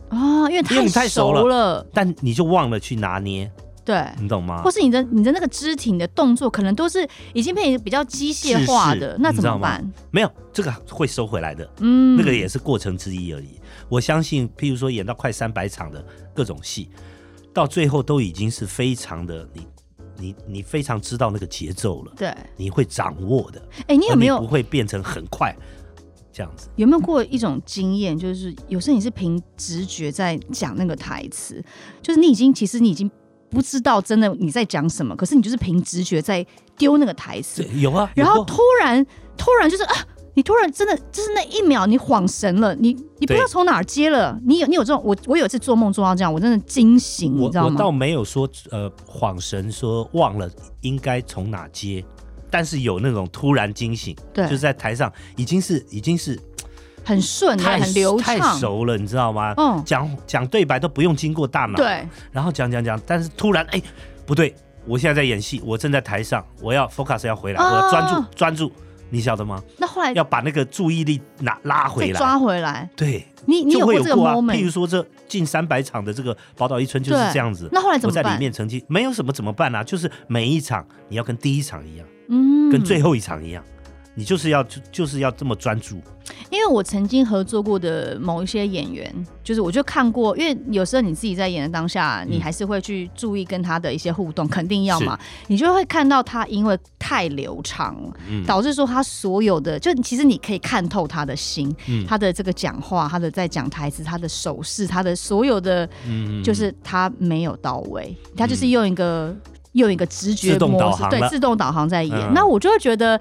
Speaker 1: 啊，因为
Speaker 4: 因为你太
Speaker 1: 熟
Speaker 4: 熟啊
Speaker 1: 了
Speaker 4: 但你就忘了去拿捏，
Speaker 1: 对。
Speaker 4: 你懂吗
Speaker 1: 或？是你的你的那个肢体你的动作，可能都是已经变比较机械化
Speaker 4: 制
Speaker 1: 的
Speaker 4: 式，
Speaker 1: 那怎
Speaker 4: 你知
Speaker 1: 么
Speaker 4: 道吗
Speaker 1: 办？
Speaker 4: 没有，这个会收回来的，
Speaker 1: 嗯，
Speaker 4: 那个也是过程之一而已。我相信，譬如说演到快三百场的各种戏，到最后都已经是非常的你。你你非常知道那个节奏了，
Speaker 1: 对。
Speaker 4: 你会掌握的，
Speaker 1: 哎，你有
Speaker 4: 而
Speaker 1: 没
Speaker 4: 呃你
Speaker 1: 有
Speaker 4: 不会变成很快这样子？
Speaker 1: 有没有过一种经验，就是有时候你是凭直觉在讲那个台词，就是你已经其实你已经不知道真的你在讲什么，可是你就是凭直觉在丢那个台词
Speaker 4: 对，，有啊，
Speaker 1: 然后
Speaker 4: 有过
Speaker 1: 突然突然就是啊，你突然真的就是那一秒你恍神了，你你不知道
Speaker 4: 对
Speaker 1: 从哪儿接了，你有你有这种我我有一次做梦做到这样，我真的惊醒，你
Speaker 4: 我
Speaker 1: 知道
Speaker 4: 我倒
Speaker 1: 吗？
Speaker 4: 没有说呃恍神说忘了应该从哪接，但是有那种突然惊醒，
Speaker 1: 对
Speaker 4: 就是在台上已经是已经是
Speaker 1: 很顺的，
Speaker 4: 太
Speaker 1: 很流
Speaker 4: 太
Speaker 1: 畅，
Speaker 4: 熟了，你知道吗？
Speaker 1: 嗯，
Speaker 4: 讲讲对白都不用经过大脑，，
Speaker 1: 对，
Speaker 4: 然后讲讲讲，但是突然哎不对，我现在在演戏，我正在台上，我要 focus 要回来，
Speaker 1: 哦
Speaker 4: 我要专注专注，你晓得吗？
Speaker 1: 那后来
Speaker 4: 要把那个注意力拿拉
Speaker 1: 再
Speaker 4: 回来，
Speaker 1: 抓回来，
Speaker 4: 对，
Speaker 1: 你你
Speaker 4: 就
Speaker 1: 有
Speaker 4: 会
Speaker 1: 过
Speaker 4: 有
Speaker 1: 这个
Speaker 4: 过啊。譬
Speaker 1: moment，、
Speaker 4: 如说这近三百场的这个宝岛一村就是
Speaker 1: 对
Speaker 4: 这样子，
Speaker 1: 那后来怎
Speaker 4: 我
Speaker 1: 么
Speaker 4: 在里
Speaker 1: 办？
Speaker 4: 面成绩没有什么怎么办啊？就是每一场你要跟第一场一样，
Speaker 1: 嗯
Speaker 4: 跟最后一场一样，你就是要就就是要这么专注。
Speaker 1: 因为我曾经合作过的某一些演员，就是我就看过，因为有时候你自己在演的当
Speaker 4: 嗯
Speaker 1: 下，你还是会去注意跟他的一些互动，肯定要嘛，你就会看到他因为太流畅了，
Speaker 4: 嗯
Speaker 1: 导致说他所有的，就其实你可以看透他的心，
Speaker 4: 嗯
Speaker 1: 他的这个讲话，他的在讲台词，他的手势，他的所有的，
Speaker 4: 嗯
Speaker 1: 就是他没有到位，他就是用一个、用一个直觉
Speaker 4: 自动
Speaker 1: 模式
Speaker 4: 导航
Speaker 1: 对
Speaker 4: 了
Speaker 1: 自动导航在演，
Speaker 4: 嗯
Speaker 1: 那我就会觉得。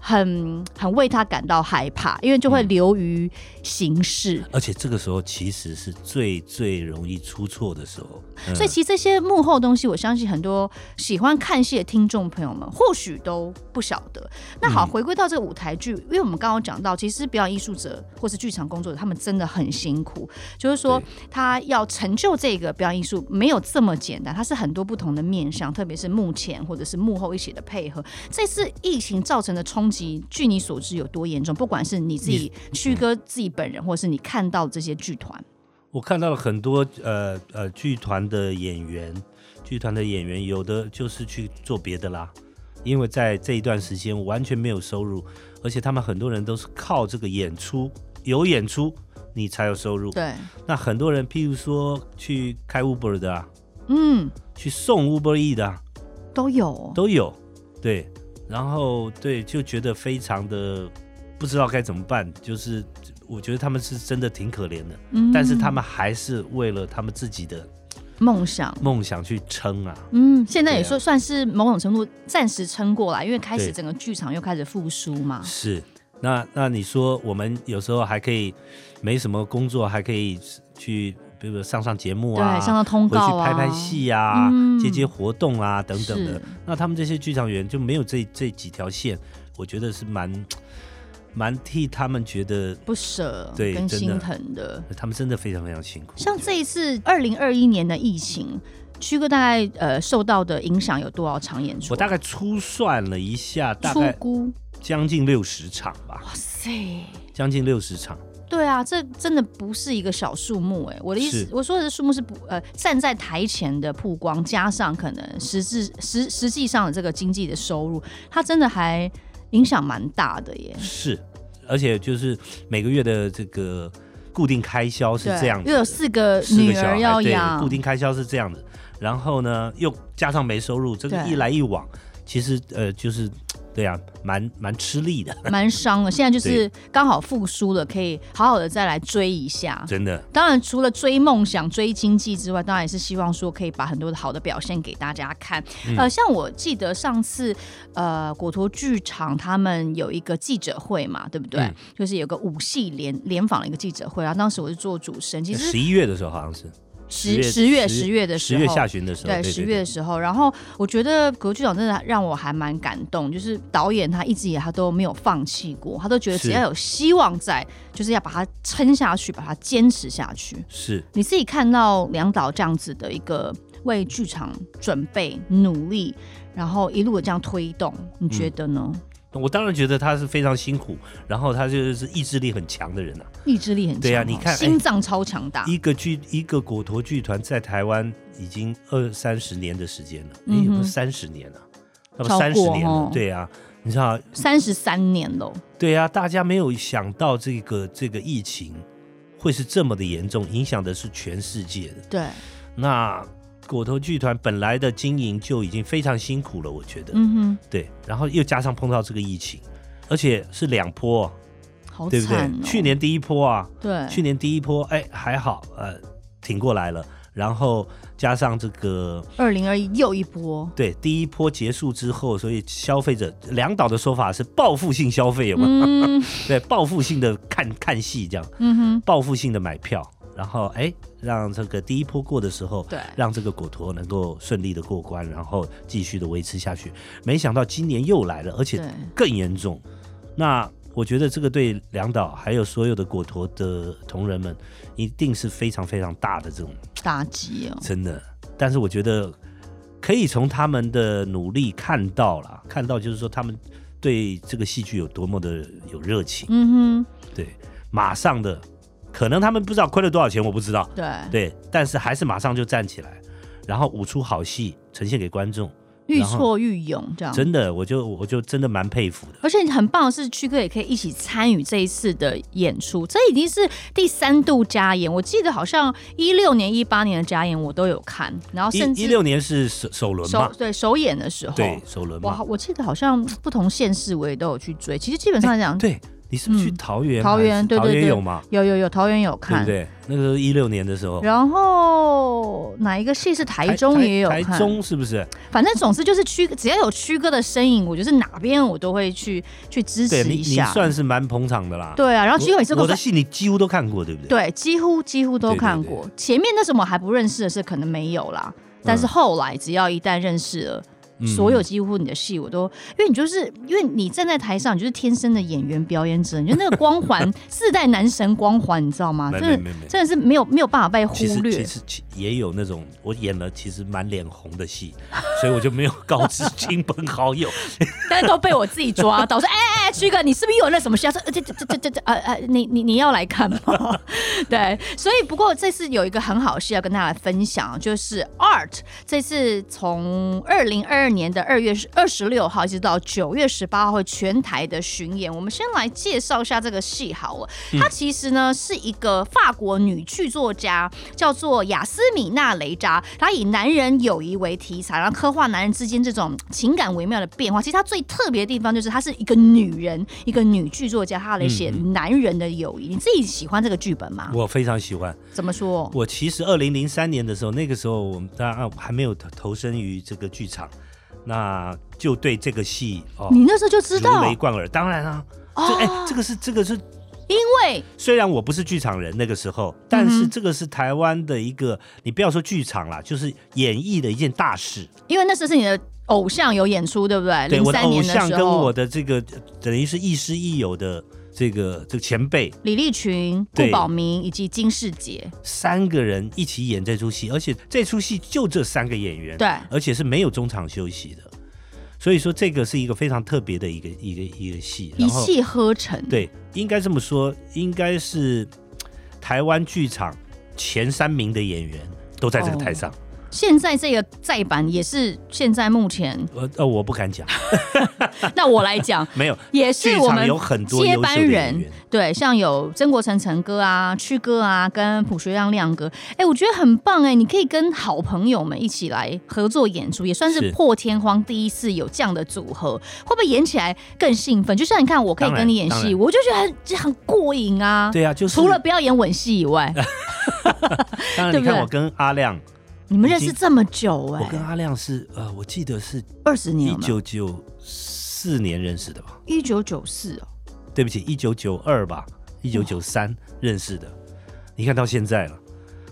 Speaker 1: 很很为他感到害怕，因为就会
Speaker 4: 嗯
Speaker 1: 流于形式，
Speaker 4: 而且这个时候其实是最最容易出错的时候，嗯
Speaker 1: 所以其实这些幕后东西，我相信很多喜欢看戏的听众朋友们或许都不晓得。那
Speaker 4: 嗯
Speaker 1: 好，回归到这个舞台剧，因为我们刚刚讲到，其实表演艺术者或是剧场工作者，他们真的很辛苦，就是说
Speaker 4: 对
Speaker 1: 他要成就这个表演艺术没有这么简单，它是很多不同的面向，特别是幕前或者是幕后一起的配合。这次疫情造成的冲击，据你所知有多严重？不管是你自己
Speaker 4: 嗯
Speaker 1: 旭哥自己本人，或是你看到这些剧团，
Speaker 4: 我看到了很多呃呃剧团的演员，剧团的演员有的就是去做别的啦，因为在这一段时间完全没有收入，而且他们很多人都是靠这个演出，有演出你才有收入。
Speaker 1: 对，
Speaker 4: 那很多人譬如说去开 Uber 的、啊，
Speaker 1: 嗯，
Speaker 4: 去送 Uber E 的、啊、
Speaker 1: 都有，
Speaker 4: 都有，对，然后对就觉得非常的不知道该怎么办，就是我觉得他们是真的挺可怜的。
Speaker 1: 嗯
Speaker 4: 但是他们还是为了他们自己的
Speaker 1: 梦想。
Speaker 4: 梦想去撑啊。
Speaker 1: 嗯，现在也
Speaker 4: 对啊
Speaker 1: 说算是某种程度暂时撑过来，因为开始
Speaker 4: 对
Speaker 1: 整个剧场又开始复苏嘛。
Speaker 4: 是，那那你说我们有时候还可以没什么工作，还可以去，比如说上上节目
Speaker 1: 对，
Speaker 4: 啊，
Speaker 1: 上到通
Speaker 4: 回
Speaker 1: 告
Speaker 4: 去
Speaker 1: 啊，
Speaker 4: 拍拍戏啊，
Speaker 1: 嗯
Speaker 4: 接接活动啊等等的
Speaker 1: 是。
Speaker 4: 那他们这些剧场员就没有这这几条线，我觉得是蛮蛮替他们觉得，
Speaker 1: 不舍，
Speaker 4: 对
Speaker 1: 跟
Speaker 4: 真的
Speaker 1: 心疼的。
Speaker 4: 他们真的非常非常辛苦。
Speaker 1: 像这一次二零二一年的疫情，曲哥大概呃受到的影响有多少场演出
Speaker 4: 我
Speaker 1: 啊？
Speaker 4: 大概粗算了一下，大
Speaker 1: 出
Speaker 4: 概
Speaker 1: 估，
Speaker 4: 将近六十场吧，
Speaker 1: 哇塞，
Speaker 4: 将近六十场。
Speaker 1: 对啊，这真的不是一个小数目哎、我的意思
Speaker 4: 是，
Speaker 1: 我说的数目是不呃站在台前的曝光，加上可能实质实实际上的这个经济的收入，它真的还影响蛮大的耶。
Speaker 4: 是，而且就是每个月的这个固定开销是
Speaker 1: 对，
Speaker 4: 这样子的，
Speaker 1: 又有四个
Speaker 4: 四个
Speaker 1: 女
Speaker 4: 小
Speaker 1: 儿
Speaker 4: 孩
Speaker 1: 要
Speaker 4: 对
Speaker 1: 养，
Speaker 4: 固定开销是这样的。然后呢，又加上没收入，这个
Speaker 1: 对
Speaker 4: 一来一往，其实呃，就是对啊，蛮蛮吃力的，
Speaker 1: 蛮伤的。现在就是刚好复苏了，可以好好的再来追一下。
Speaker 4: 真的
Speaker 1: 当然，除了追梦想、追经济之外，当然也是希望说可以把很多的好的表现给大家看。
Speaker 4: 嗯
Speaker 1: 呃，像我记得上次，呃，果陀剧场他们有一个记者会嘛，对不对？
Speaker 4: 嗯
Speaker 1: 就是有个五系联联访的一个记者会，然后当时我是做主持人，其实
Speaker 4: 十一月的时候好像是
Speaker 1: 十
Speaker 4: 呃十
Speaker 1: 十月
Speaker 4: 十
Speaker 1: 十月的时
Speaker 4: 十
Speaker 1: 候，
Speaker 4: 月下旬的时候，
Speaker 1: 对
Speaker 4: 对
Speaker 1: 十月的时候，然后我觉得葛局长真的让我还蛮感动，就是导演他一直以来他都没有放弃过，他都觉得只
Speaker 4: 是
Speaker 1: 要有希望在，就是要把它撑下去，把它坚持下去。
Speaker 4: 是
Speaker 1: 你自己看到梁导这样子的一个为剧场准备努力，然后一路的这样推动，你觉得呢？
Speaker 4: 嗯我当然觉得他是非常辛苦，然后他就是意志力很强的人啊。
Speaker 1: 意志力很强哦，
Speaker 4: 对啊你看哎
Speaker 1: 心脏超强大，
Speaker 4: 一个剧一个果陀剧团在台湾已经二三十年的时间了，
Speaker 1: 嗯
Speaker 4: 也
Speaker 1: 哼
Speaker 4: 有没有三十年啊了？那
Speaker 1: 超过
Speaker 4: 么三十年
Speaker 1: 哦
Speaker 4: 了，对啊，你知道，
Speaker 1: 三十三年喽，
Speaker 4: 对啊，大家没有想到这个这个疫情会是这么的严重，影响的是全世界的。
Speaker 1: 对，
Speaker 4: 那果陀剧团本来的经营就已经非常辛苦了，我觉得，
Speaker 1: 嗯
Speaker 4: 对，然后又加上碰到这个疫情，而且是两波，啊
Speaker 1: 哼，好
Speaker 4: 对不对
Speaker 1: 惨哦，？
Speaker 4: 去年第一波啊，
Speaker 1: 对，
Speaker 4: 去年第一波，哎，还好，呃，挺过来了。然后加上这个，
Speaker 1: 二零二一又一波，
Speaker 4: 对第一波结束之后，所以消费者梁导的说法是报复性消费，有没有？
Speaker 1: 嗯
Speaker 4: 对，报复性的看看戏这样，
Speaker 1: 嗯 哼，
Speaker 4: 报复性的买票，然后哎，让这个第一波过的时候，
Speaker 1: 对
Speaker 4: 让这个果陀能够顺利的过关，然后继续的维持下去。没想到今年又来了，而且
Speaker 1: 对
Speaker 4: 更严重。那我觉得这个对梁导还有所有的果陀的同仁们，一定是非常非常大的这种
Speaker 1: 打击哦。
Speaker 4: 真的。但是我觉得可以从他们的努力看到啦，看到就是说他们对这个戏剧有多么的有热情。
Speaker 1: 嗯
Speaker 4: 对，马上的，可能他们不知道亏了多少钱，我不知道
Speaker 1: 哼，。对，
Speaker 4: 对，但是还是马上就站起来，然后舞出好戏呈现给观众。
Speaker 1: 愈
Speaker 4: 然后
Speaker 1: 挫愈勇这样。
Speaker 4: 真的，我就我就真的蛮佩服的。
Speaker 1: 而且很棒的是，曲哥也可以一起参与这一次的演出，这已经是第三度加演。我记得好像一六年、一八年的加演我都有看，然后哦甚
Speaker 4: 一
Speaker 1: 至
Speaker 4: 一六年是首首轮
Speaker 1: 首
Speaker 4: 嘛，
Speaker 1: 对首演的时候，
Speaker 4: 对，首轮
Speaker 1: 我好
Speaker 4: 嘛，
Speaker 1: 我记得好像不同县市我也都有去追。其实基本上来讲，
Speaker 4: 对，你是不是去
Speaker 1: 嗯
Speaker 4: 桃园还是？
Speaker 1: 桃园对对
Speaker 4: 桃园
Speaker 1: 对
Speaker 4: 有嘛，
Speaker 1: 有有有桃园有
Speaker 4: 对
Speaker 1: 看，
Speaker 4: 不对？那个时候一六年的时候，
Speaker 1: 然后哪一个戏是台中也有
Speaker 4: 台
Speaker 1: 看，
Speaker 4: 台中是不是？
Speaker 1: 反正总之就是曲，只要有曲哥的身影，我就是哪边我都会去去支持
Speaker 4: 对你
Speaker 1: 一
Speaker 4: 你
Speaker 1: 下。
Speaker 4: 算是蛮捧场的啦。
Speaker 1: 对啊，然后
Speaker 4: 我，
Speaker 1: 曲哥也是
Speaker 4: 我
Speaker 1: 个
Speaker 4: 的戏你几乎都看过，对不对？
Speaker 1: 对，几乎几乎都
Speaker 4: 对对
Speaker 1: 看
Speaker 4: 对嗯
Speaker 1: 过。前面那什么还不认识的是可能没有啦，但是后来只要一旦认识了，
Speaker 3: 嗯
Speaker 1: 所有几乎你的戏我都，因为你就是因为你站在台上，你就是天生的演员表演者，你就那个光 环，四代男神光环，你知道吗？
Speaker 4: 没
Speaker 1: 真
Speaker 4: 没没没
Speaker 1: 的真的是没有没有办法被忽
Speaker 4: 其实
Speaker 1: 略
Speaker 4: 其。实其也有那种我演了其实满脸红 的戏，所以我就没有告知亲朋好友。
Speaker 1: 但是都被我自己抓到，说：“哎哎哎，曲哥，你是不是有那什么事？”他说：“呃这这这这这这呃呃，你你你要来看吗？”对，所以不过这次有一个很好的事要跟大家分享，就是 Art 这次从二零二二年的二月二十六号一直到九月十八号会全台的巡演。我们先来介绍一下这个戏好了，它其实呢是一个法国女剧作家，叫做雅斯米娜·雷扎，她以男人友谊为题材，然后刻画男人之间这种情感微妙的变化。其实她最特别的地方就是她是一个女人，一个女剧作家，她来写男人的友谊。你自己喜欢这个剧本吗？
Speaker 4: 我非常喜欢。
Speaker 1: 怎么说？
Speaker 4: 我其实二零零三年的时候，那个时候我们当然还没有投投身于这个剧场，那就对这个戏哦
Speaker 1: 你那时候就知
Speaker 4: 如
Speaker 1: 道哦
Speaker 4: 雷，贯耳。当然啊，这哎、这个是这个是
Speaker 1: 因为
Speaker 4: 虽然我不是剧场人那个时候，但
Speaker 1: 嗯
Speaker 4: 是这个是台湾的一个，你不要说剧场啦，就是演艺的一件大事。
Speaker 1: 因为那时候是你的偶像有演出，对不对？
Speaker 4: 对
Speaker 1: 零
Speaker 4: 我的
Speaker 1: 三
Speaker 4: 偶
Speaker 1: 年的
Speaker 4: 像
Speaker 1: 时
Speaker 4: 跟我
Speaker 1: 候，
Speaker 4: 的这个等于是亦师亦友的这个这个前辈，
Speaker 1: 李立群、顾
Speaker 4: 对
Speaker 1: 宝明以及金世杰，
Speaker 4: 三个人一起演这出戏，而且这出戏就这三个演员，
Speaker 1: 对
Speaker 4: 而且是没有中场休息的，所以说这个是一个非常特别的一个一个一个戏，
Speaker 1: 一
Speaker 4: 然后
Speaker 1: 气呵成。
Speaker 4: 对，应该这么说，应该是台湾剧场前三名的演员都在这
Speaker 1: 哦
Speaker 4: 个台上。
Speaker 1: 现在这个再版也是现在目 前，
Speaker 4: 呃呃，我不敢讲，
Speaker 1: 那我来讲，
Speaker 4: 没有，
Speaker 1: 也是
Speaker 4: 剧
Speaker 1: 我
Speaker 4: 场
Speaker 1: 们
Speaker 4: 有很多
Speaker 1: 接
Speaker 4: 优秀
Speaker 1: 班
Speaker 4: 的演
Speaker 1: 人
Speaker 4: 员，，
Speaker 1: 对，像有曾国成成哥啊、曲哥啊，跟朴学亮亮哥，哎，我觉得很棒哎，你可以跟好朋友们一起来合作演出，也算是
Speaker 4: 是
Speaker 1: 破天荒第一次有这样的组合，会不会演起来更兴奋？就像你看，我可以
Speaker 4: 当然
Speaker 1: 跟你演
Speaker 4: 当
Speaker 1: 戏，
Speaker 4: 然
Speaker 1: 我就觉得很这很过瘾啊。
Speaker 4: 对啊，就是
Speaker 1: 除了不要演吻戏以 外，
Speaker 4: 当然，
Speaker 1: 对不
Speaker 4: 你
Speaker 1: 对
Speaker 4: 看我跟阿亮，
Speaker 1: 你们认识这么久
Speaker 4: 我跟
Speaker 1: 哎，
Speaker 4: 阿亮是呃，我记得是
Speaker 1: 二十年
Speaker 4: 一
Speaker 1: 了吗？
Speaker 4: 九九四年认识的吧？
Speaker 1: 一九九四哦，
Speaker 4: 对不起，一九九二吧，一九九三认识的。你看到现在了，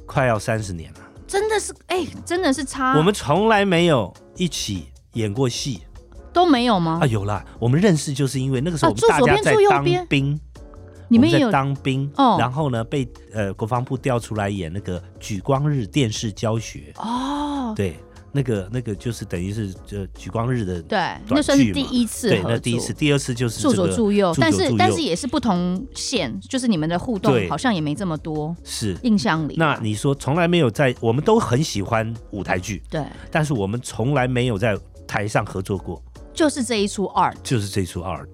Speaker 4: 快要三十年了，
Speaker 1: 真的是哎，真的是差，
Speaker 4: 我们从来没有一起演过戏
Speaker 1: 都没有吗
Speaker 4: 啊。？有啦，我们认识就是因为那个时候
Speaker 1: 啊
Speaker 4: 我们
Speaker 1: 坐
Speaker 4: 大
Speaker 1: 左
Speaker 4: 家
Speaker 1: 边
Speaker 4: 在
Speaker 1: 坐右
Speaker 4: 当
Speaker 1: 边
Speaker 4: 兵，
Speaker 1: 你们
Speaker 4: 我
Speaker 1: 也
Speaker 4: 在
Speaker 1: 有
Speaker 4: 当兵，
Speaker 1: 哦
Speaker 4: 然后呢被呃国防部调出来演那个举光日电视教学，
Speaker 1: 哦，
Speaker 4: 对，那个那个就是等于是呃举光日的
Speaker 1: 对，
Speaker 4: 短
Speaker 1: 那算是
Speaker 4: 剧
Speaker 1: 第
Speaker 4: 嘛
Speaker 1: 一次
Speaker 4: 对，
Speaker 1: 合
Speaker 4: 那
Speaker 1: 作，
Speaker 4: 第一次，第二次就是
Speaker 1: 助
Speaker 4: 这
Speaker 1: 左
Speaker 4: 个
Speaker 1: 助右，但是
Speaker 4: 助
Speaker 1: 但是也是不同线，就是你们的互动
Speaker 4: 对
Speaker 1: 好像也没这么多
Speaker 4: 是。
Speaker 1: 印象里。
Speaker 4: 那你说从来没有在，我们都很喜欢舞台剧，
Speaker 1: 对，
Speaker 4: 但是我们从来没有在台上合作过，
Speaker 1: 就是这一出 art，
Speaker 4: 就是这出 art。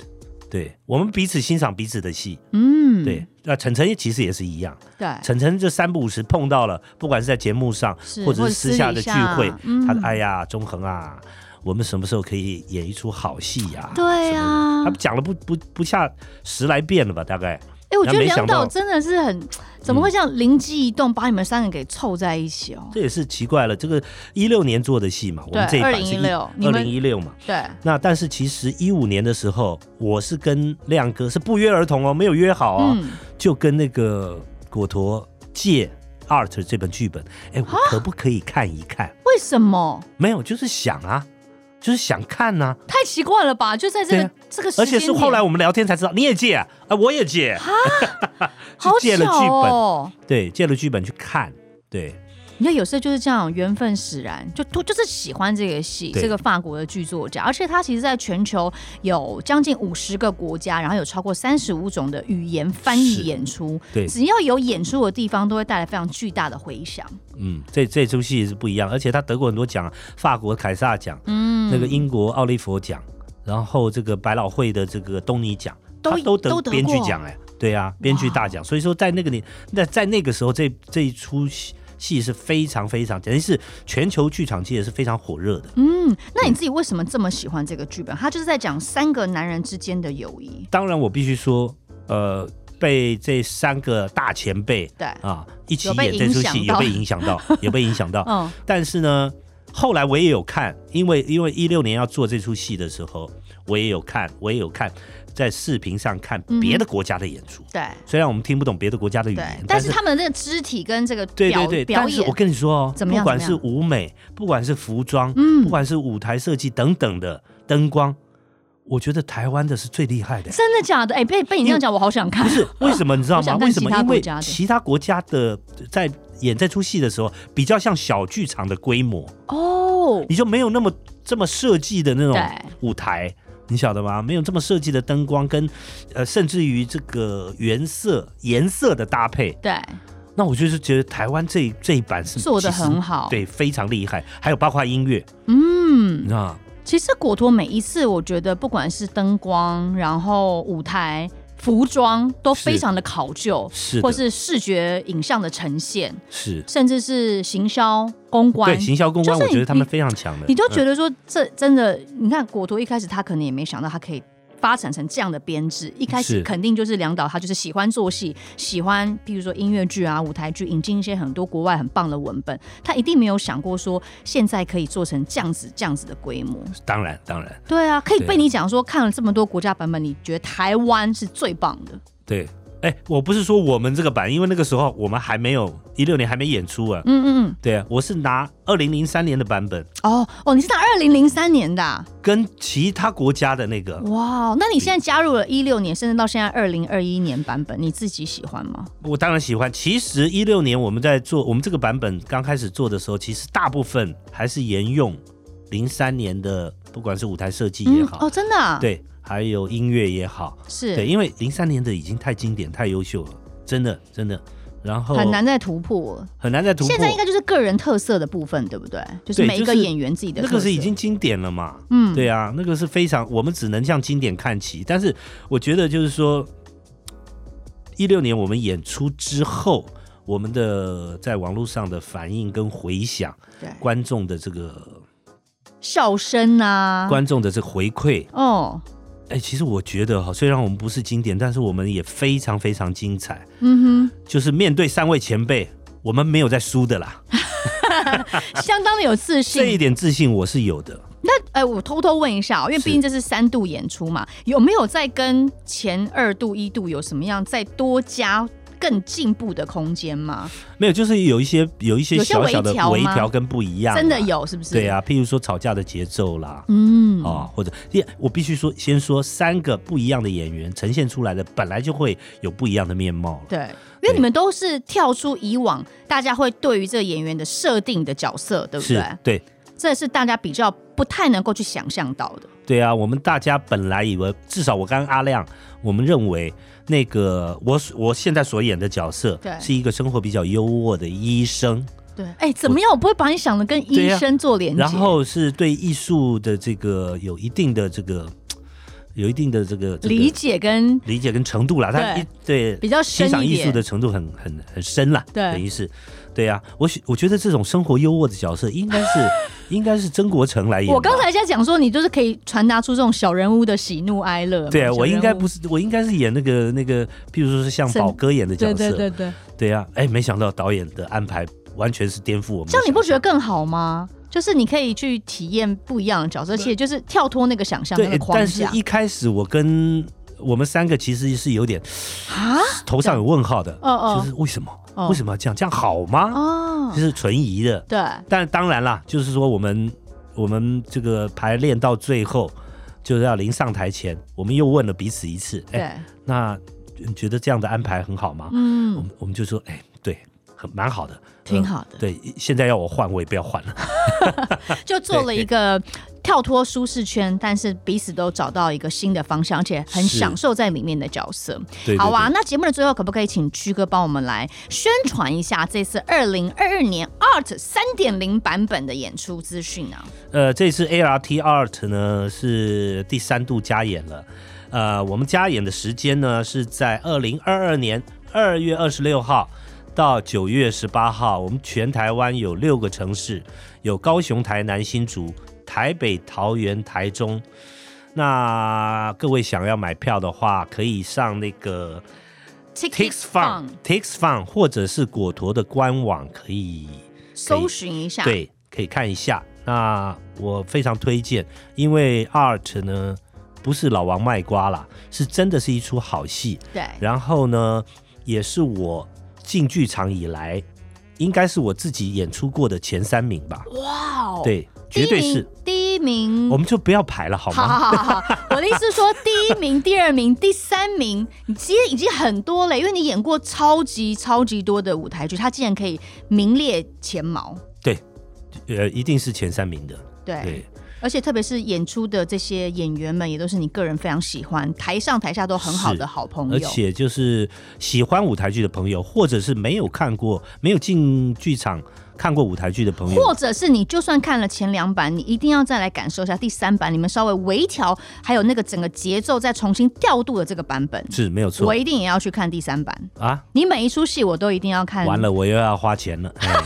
Speaker 4: 对我们彼此欣赏彼此的戏，
Speaker 1: 嗯，哎
Speaker 4: 对，那晨晨其实也是一样，
Speaker 1: 对，
Speaker 4: 晨晨这三不五时碰到了，不管是在节目上
Speaker 1: 是
Speaker 4: 或者是私下的聚
Speaker 1: 或
Speaker 4: 会
Speaker 1: 者私底下嗯，
Speaker 4: 他哎呀，中恒啊，我们什么时候可以演一出好戏呀、
Speaker 1: 对
Speaker 4: 呀、
Speaker 1: 啊
Speaker 4: 他讲了不不不下十来遍了吧，大概。
Speaker 1: 哎，我觉得
Speaker 4: 没想
Speaker 1: 梁导
Speaker 4: 到嗯
Speaker 1: 真的是很，怎么会这样灵机一动把你们三个给凑在一起哦？
Speaker 4: 这也是奇怪了，这个一六年做的戏嘛，我们这
Speaker 1: 对
Speaker 4: 一版是
Speaker 1: 2016你
Speaker 4: 二
Speaker 1: 们
Speaker 4: 零一六嘛。
Speaker 1: 对，
Speaker 4: 那但是其实一五年的时候，我是跟亮哥是不约而同哦，没有约好哦，
Speaker 1: 嗯，
Speaker 4: 就跟那个果陀借 Art 这本剧本，哎，
Speaker 1: 啊
Speaker 4: 我可不可以看一看？
Speaker 1: 为什么？
Speaker 4: 没有，就是想啊，就是想看呐、
Speaker 1: 太奇怪了吧？就在这
Speaker 4: 对
Speaker 1: 个
Speaker 4: 啊
Speaker 1: 这个时
Speaker 4: 而
Speaker 1: 间点，
Speaker 4: 且是后来我们聊天才知道，你也借啊，啊我也借，
Speaker 1: 好
Speaker 4: 借了
Speaker 1: 巧
Speaker 4: 剧本
Speaker 1: 哦。
Speaker 4: 对，借了剧本去看，对，
Speaker 1: 你看，有时候就是这样，缘分使然，就突就是喜欢这个戏，
Speaker 4: 对
Speaker 1: 这个法国的剧作家，而且他其实在全球有将近五十个国家，然后有超过三十五种的语言翻译
Speaker 4: 是
Speaker 1: 演出，
Speaker 4: 对
Speaker 1: 只要有演出的地方，都会带来非常巨大的回响。
Speaker 4: 嗯，这这出戏是不一样，而且他得过很多奖啊，法国凯撒奖，
Speaker 1: 嗯，
Speaker 4: 那个英国奥利佛奖，然后这个百老汇的这个东尼奖，
Speaker 1: 都
Speaker 4: 他都得
Speaker 1: 都得
Speaker 4: 编剧
Speaker 1: 过
Speaker 4: 奖哎、对啊，编剧大奖。所以说在那个年，那在那个时候，这这一出戏戏是非常非常，等于是全球剧场界是非常火热的。
Speaker 1: 嗯，那你自己为什么这么喜欢这个剧本？他就是在讲三个男人之间的友谊，
Speaker 4: 当然，我必须说，呃，被这三个大前辈
Speaker 1: 对，
Speaker 4: 啊一起
Speaker 1: 有被
Speaker 4: 演这出
Speaker 1: 影
Speaker 4: 戏，
Speaker 1: 响
Speaker 4: 也
Speaker 1: 到
Speaker 4: 被影响到，也被影响 到。
Speaker 1: 嗯，
Speaker 4: 但是呢，后来我也有看，因为因为一六年要做这出戏的时候，我也有看，我也有看，在视频上看别的国家的演出，
Speaker 1: 对
Speaker 4: 虽然我们听不懂别的国家的语
Speaker 1: 嗯对
Speaker 4: 言，，
Speaker 1: 但是他们的这个肢体跟这个
Speaker 4: 对
Speaker 1: 表
Speaker 4: 对对，
Speaker 1: 表
Speaker 4: 但是我
Speaker 1: 演，
Speaker 4: 跟你说哦，
Speaker 1: 怎么样
Speaker 4: 不管
Speaker 1: 怎
Speaker 4: 是
Speaker 1: 么样
Speaker 4: 舞美，不管是服装，
Speaker 1: 嗯
Speaker 4: 不管是舞台设计等等的灯光，我觉得台湾的是最厉害的。
Speaker 1: 真的假的？哎，被被你这样讲，我好想看
Speaker 4: 不。 是为什么你知道
Speaker 1: 我
Speaker 4: 吗？
Speaker 1: 想看
Speaker 4: 为什么？
Speaker 1: 其他
Speaker 4: 因
Speaker 1: 国
Speaker 4: 为
Speaker 1: 家的
Speaker 4: 其他国家的在演这出戏的时候，比较像小剧场的规模，
Speaker 1: 哦，
Speaker 4: 你就没有那么这么设计的那种
Speaker 1: 对
Speaker 4: 舞台，你晓得吗？没有这么设计的灯光跟呃，甚至于这个原色颜色的搭配，
Speaker 1: 对，
Speaker 4: 那我就是觉得台湾这这一版是
Speaker 1: 做得
Speaker 4: 其实
Speaker 1: 很好
Speaker 4: 对，非常厉害。还有包括音乐，
Speaker 1: 嗯
Speaker 4: 你，知道吗？
Speaker 1: 其实果陀每一次，我觉得不管是灯光，然后舞台、服装，都非常的考究，
Speaker 4: 是的
Speaker 1: 或是视觉影像的呈现，
Speaker 4: 是
Speaker 1: 甚至是行销公关
Speaker 4: 对。行销公
Speaker 1: 就
Speaker 4: 关，
Speaker 1: 是
Speaker 4: 我
Speaker 1: 你
Speaker 4: 觉得他们非常强的。
Speaker 1: 你都觉
Speaker 4: 嗯
Speaker 1: 得说这真的，你看果陀一开始他可能也没想到他可以。发展成这样的编制，一开始
Speaker 4: 是
Speaker 1: 肯定就是梁导，他就是喜欢做戏，喜欢譬如说音乐剧啊、舞台剧，引进一些很多国外很棒的文本，他一定没有想过说现在可以做成这样子、这样子的规模。
Speaker 4: 嗯当然当然
Speaker 1: 对啊，可以
Speaker 4: 对啊
Speaker 1: 被你讲说看了这么多国家版本，你觉得台湾是最棒的？
Speaker 4: 对。哎，我不是说我们这个版，因为那个时候我们还没有一六年还没演出啊。
Speaker 1: 嗯嗯嗯。
Speaker 4: 对啊，我是拿二零零三年的版本
Speaker 1: 哦哦，你是打二零零三年的啊、
Speaker 4: 跟其他国家的那个，
Speaker 1: 哇！那你现在加入了一六年，甚至到现在二零二一年版本，你自己喜欢吗？
Speaker 4: 我当然喜欢。其实一六年我们在做我们这个版本刚开始做的时候，其实大部分还是沿用零三年的，不管是舞台设计也好，
Speaker 1: 哦，真的、啊，，
Speaker 4: 对，还有音乐也好，
Speaker 1: 是
Speaker 4: 对，因为零三年的已经太经典、太优秀了，真的真的。然后
Speaker 1: 很难再突破了。
Speaker 4: 很难再突破，
Speaker 1: 现在应该就是个人特色的部分，对不对？就是
Speaker 4: 对
Speaker 1: 每一个
Speaker 4: 就是
Speaker 1: 演员自己的
Speaker 4: 那
Speaker 1: 特色、
Speaker 4: 个是已经经典了嘛？
Speaker 1: 嗯
Speaker 4: 对啊，那个是非常，我们只能向经典看齐。但是我觉得就是说，一六年我们演出之后，我们的在网络上的反应跟回响，
Speaker 1: 对
Speaker 4: 观众的这个、
Speaker 1: 笑声啊，
Speaker 4: 观众的这个回馈，
Speaker 1: 哦，
Speaker 4: 哎，其实我觉得哈，虽然我们不是经典，但是我们也非常非常精彩。
Speaker 1: 嗯
Speaker 4: 就是面对三位前辈，我们没有在输的啦，
Speaker 1: 哼，相当的有自
Speaker 4: 这一
Speaker 1: 信。
Speaker 4: 点自信我是有的。
Speaker 1: 哎，我偷偷问一下哦，因为
Speaker 4: 是
Speaker 1: 毕竟这是三度演出嘛，有没有在跟前二度、一度有什么样再多加更进步的空间吗？
Speaker 4: 没有，就是有一些有一些
Speaker 1: 有些
Speaker 4: 小小的
Speaker 1: 微调吗
Speaker 4: 微调跟不一样啦，
Speaker 1: 真的有是不是？
Speaker 4: 对，啊，譬如说吵架的节奏啦，
Speaker 1: 嗯，
Speaker 4: 啊，或者第我必须说，先说三个不一样的演员呈现出来的，本来就会有不一样的面貌了。
Speaker 1: 对，因为你们都是跳出以往大家会对于这个演员的设定的角色，对不
Speaker 4: 是
Speaker 1: 对？，
Speaker 4: 对，
Speaker 1: 这是大家比较不太能够去想象到的。
Speaker 4: 对啊，我们大家本来以为，至少我跟阿亮，我们认为那个我我现在所演的角色
Speaker 1: 对，
Speaker 4: 是一个生活比较优渥的医生，
Speaker 1: 对，哎，怎么样？我不会把你想的跟医
Speaker 4: 对啊
Speaker 1: 生做连接。
Speaker 4: 然后是对艺术的这个有一定的这个有一定的这个、这个、
Speaker 1: 理解跟
Speaker 4: 理解跟程度啦，他
Speaker 1: 对
Speaker 4: 一对
Speaker 1: 比较深
Speaker 4: 欣赏
Speaker 1: 一
Speaker 4: 艺
Speaker 1: 点
Speaker 4: 术的程度很很很深啦，
Speaker 1: 对
Speaker 4: 等于是，对啊，我喜我觉得这种生活优渥的角色应该是 应该是曾国成来演吧，
Speaker 1: 我刚才在讲说，你就是可以传达出这种小人物的喜怒哀乐嘛。
Speaker 4: 对啊，
Speaker 1: 小
Speaker 4: 我应
Speaker 1: 人
Speaker 4: 该
Speaker 1: 物
Speaker 4: 不是我应该是演那个那个，譬如说是像
Speaker 1: 沈
Speaker 4: 宝哥演的角
Speaker 1: 对
Speaker 4: 色，
Speaker 1: 对对对，
Speaker 4: 对啊，哎，没想到导演的安排完全是颠覆我们的
Speaker 1: 这
Speaker 4: 想象，
Speaker 1: 样你不觉得更好吗？就是你可以去体验不一样的角色，而且就是跳脱那个想象那
Speaker 4: 对
Speaker 1: 个？框
Speaker 4: 但是
Speaker 1: 架
Speaker 4: 一开始我跟我们三个其实是 有点
Speaker 1: 啊。
Speaker 4: 头上有问号的，
Speaker 1: 哦哦
Speaker 4: 就是为什么、
Speaker 1: 哦
Speaker 4: 为什么要这样？这样好吗？
Speaker 1: 哦
Speaker 4: 就，是存疑的。
Speaker 1: 对，
Speaker 4: 但当然啦，就是说我们我们这个排练到最后，就是要临上台前，我们又问了彼此一次，
Speaker 1: 对，
Speaker 4: 哎，那你觉得这样的安排很好吗？我
Speaker 1: 嗯，
Speaker 4: 们我们就说，哎，对，很蛮好的，呃
Speaker 1: 挺好的
Speaker 4: 对，现在要我换，我也不要换了。
Speaker 1: 就做了一个跳脱舒适圈，但是彼此都找到一个新的方向，而且很
Speaker 4: 是
Speaker 1: 享受在里面的角色。
Speaker 4: 对
Speaker 1: 好啊，
Speaker 4: 对
Speaker 1: 那节目的最后，可不可以请曲哥帮我们来宣传一下这次二零二二年 Art 三点零版本的演出资讯啊？
Speaker 4: 对呃，这次 ART Art 呢是第三度加演了，呃，我们加演的时间呢是在二零二二年二月二十六号。到九月十八号，我们全台湾有六个城市，有高雄、台南、新竹、台北、桃园、台中。那各位想要买票的话，可以上那个 Tix Fun、Tix Fun 或者是果陀的官网可以
Speaker 1: 搜寻一下，，
Speaker 4: 对，可以看一下。那我非常推荐，因为 art 呢，不是老王卖瓜啦，是真的是一出好戏。
Speaker 1: 对，
Speaker 4: 然后呢，也是我进剧场以来，应该是我自己演出过的前三名吧。
Speaker 1: 哇哦，，
Speaker 4: 对，绝对是。
Speaker 1: 第一名。
Speaker 4: 我们就不要排了，好
Speaker 1: 好
Speaker 4: 吗？
Speaker 1: 好好好，我的意思是说，第一名、第二名、第三名，你其实已经很多了，因为你演过超级超级多的舞台剧，它竟然可以名列前茅。
Speaker 4: 呃，一定是前三名的。
Speaker 1: 对，
Speaker 4: 对，
Speaker 1: 而且特别是演出的这些演员们，也都是你个人非常喜欢，台上台下都很好
Speaker 4: 是
Speaker 1: 的好朋
Speaker 4: 而
Speaker 1: 友。
Speaker 4: 且就是喜欢舞台剧的朋友，或者是没有看过、没有进剧场看过舞台剧的朋友，
Speaker 1: 或者是你就算看了前两版，你一定要再来感受一下第三版，你们稍微微调，还有那个整个节奏再重新调度的这个版本，
Speaker 4: 是没有错
Speaker 1: 我一定也要去看第三版。
Speaker 4: 啊。
Speaker 1: 你每一出戏我都一定要看。
Speaker 4: 完了，我又要花钱了。哎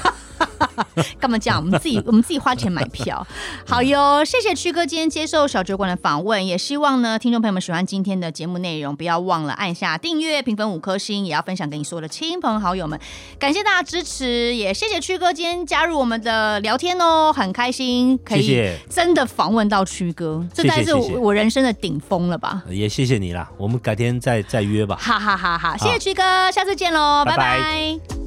Speaker 1: 干嘛这样？我们自 己我们自己花钱买票。好哟，谢谢曲哥今天接受小酒馆的访问，也希望呢听众朋友们喜欢今天的节目内容，不要忘了按下订阅、评分五颗星，也要分享给你所有的亲朋好友们。感谢大家支持，也谢谢曲哥今天加入我们的聊天哦，很开心可
Speaker 4: 谢
Speaker 1: 以
Speaker 4: 谢，
Speaker 1: 真的访问到曲哥，这
Speaker 4: 谢谢
Speaker 1: 才是
Speaker 4: 谢谢
Speaker 1: 我我人生的顶峰了吧。
Speaker 4: 呃也谢谢你啦。我们改天再再约吧。
Speaker 1: 哈哈哈哈！谢谢曲哥，下次见喽，拜
Speaker 4: 拜拜
Speaker 1: 拜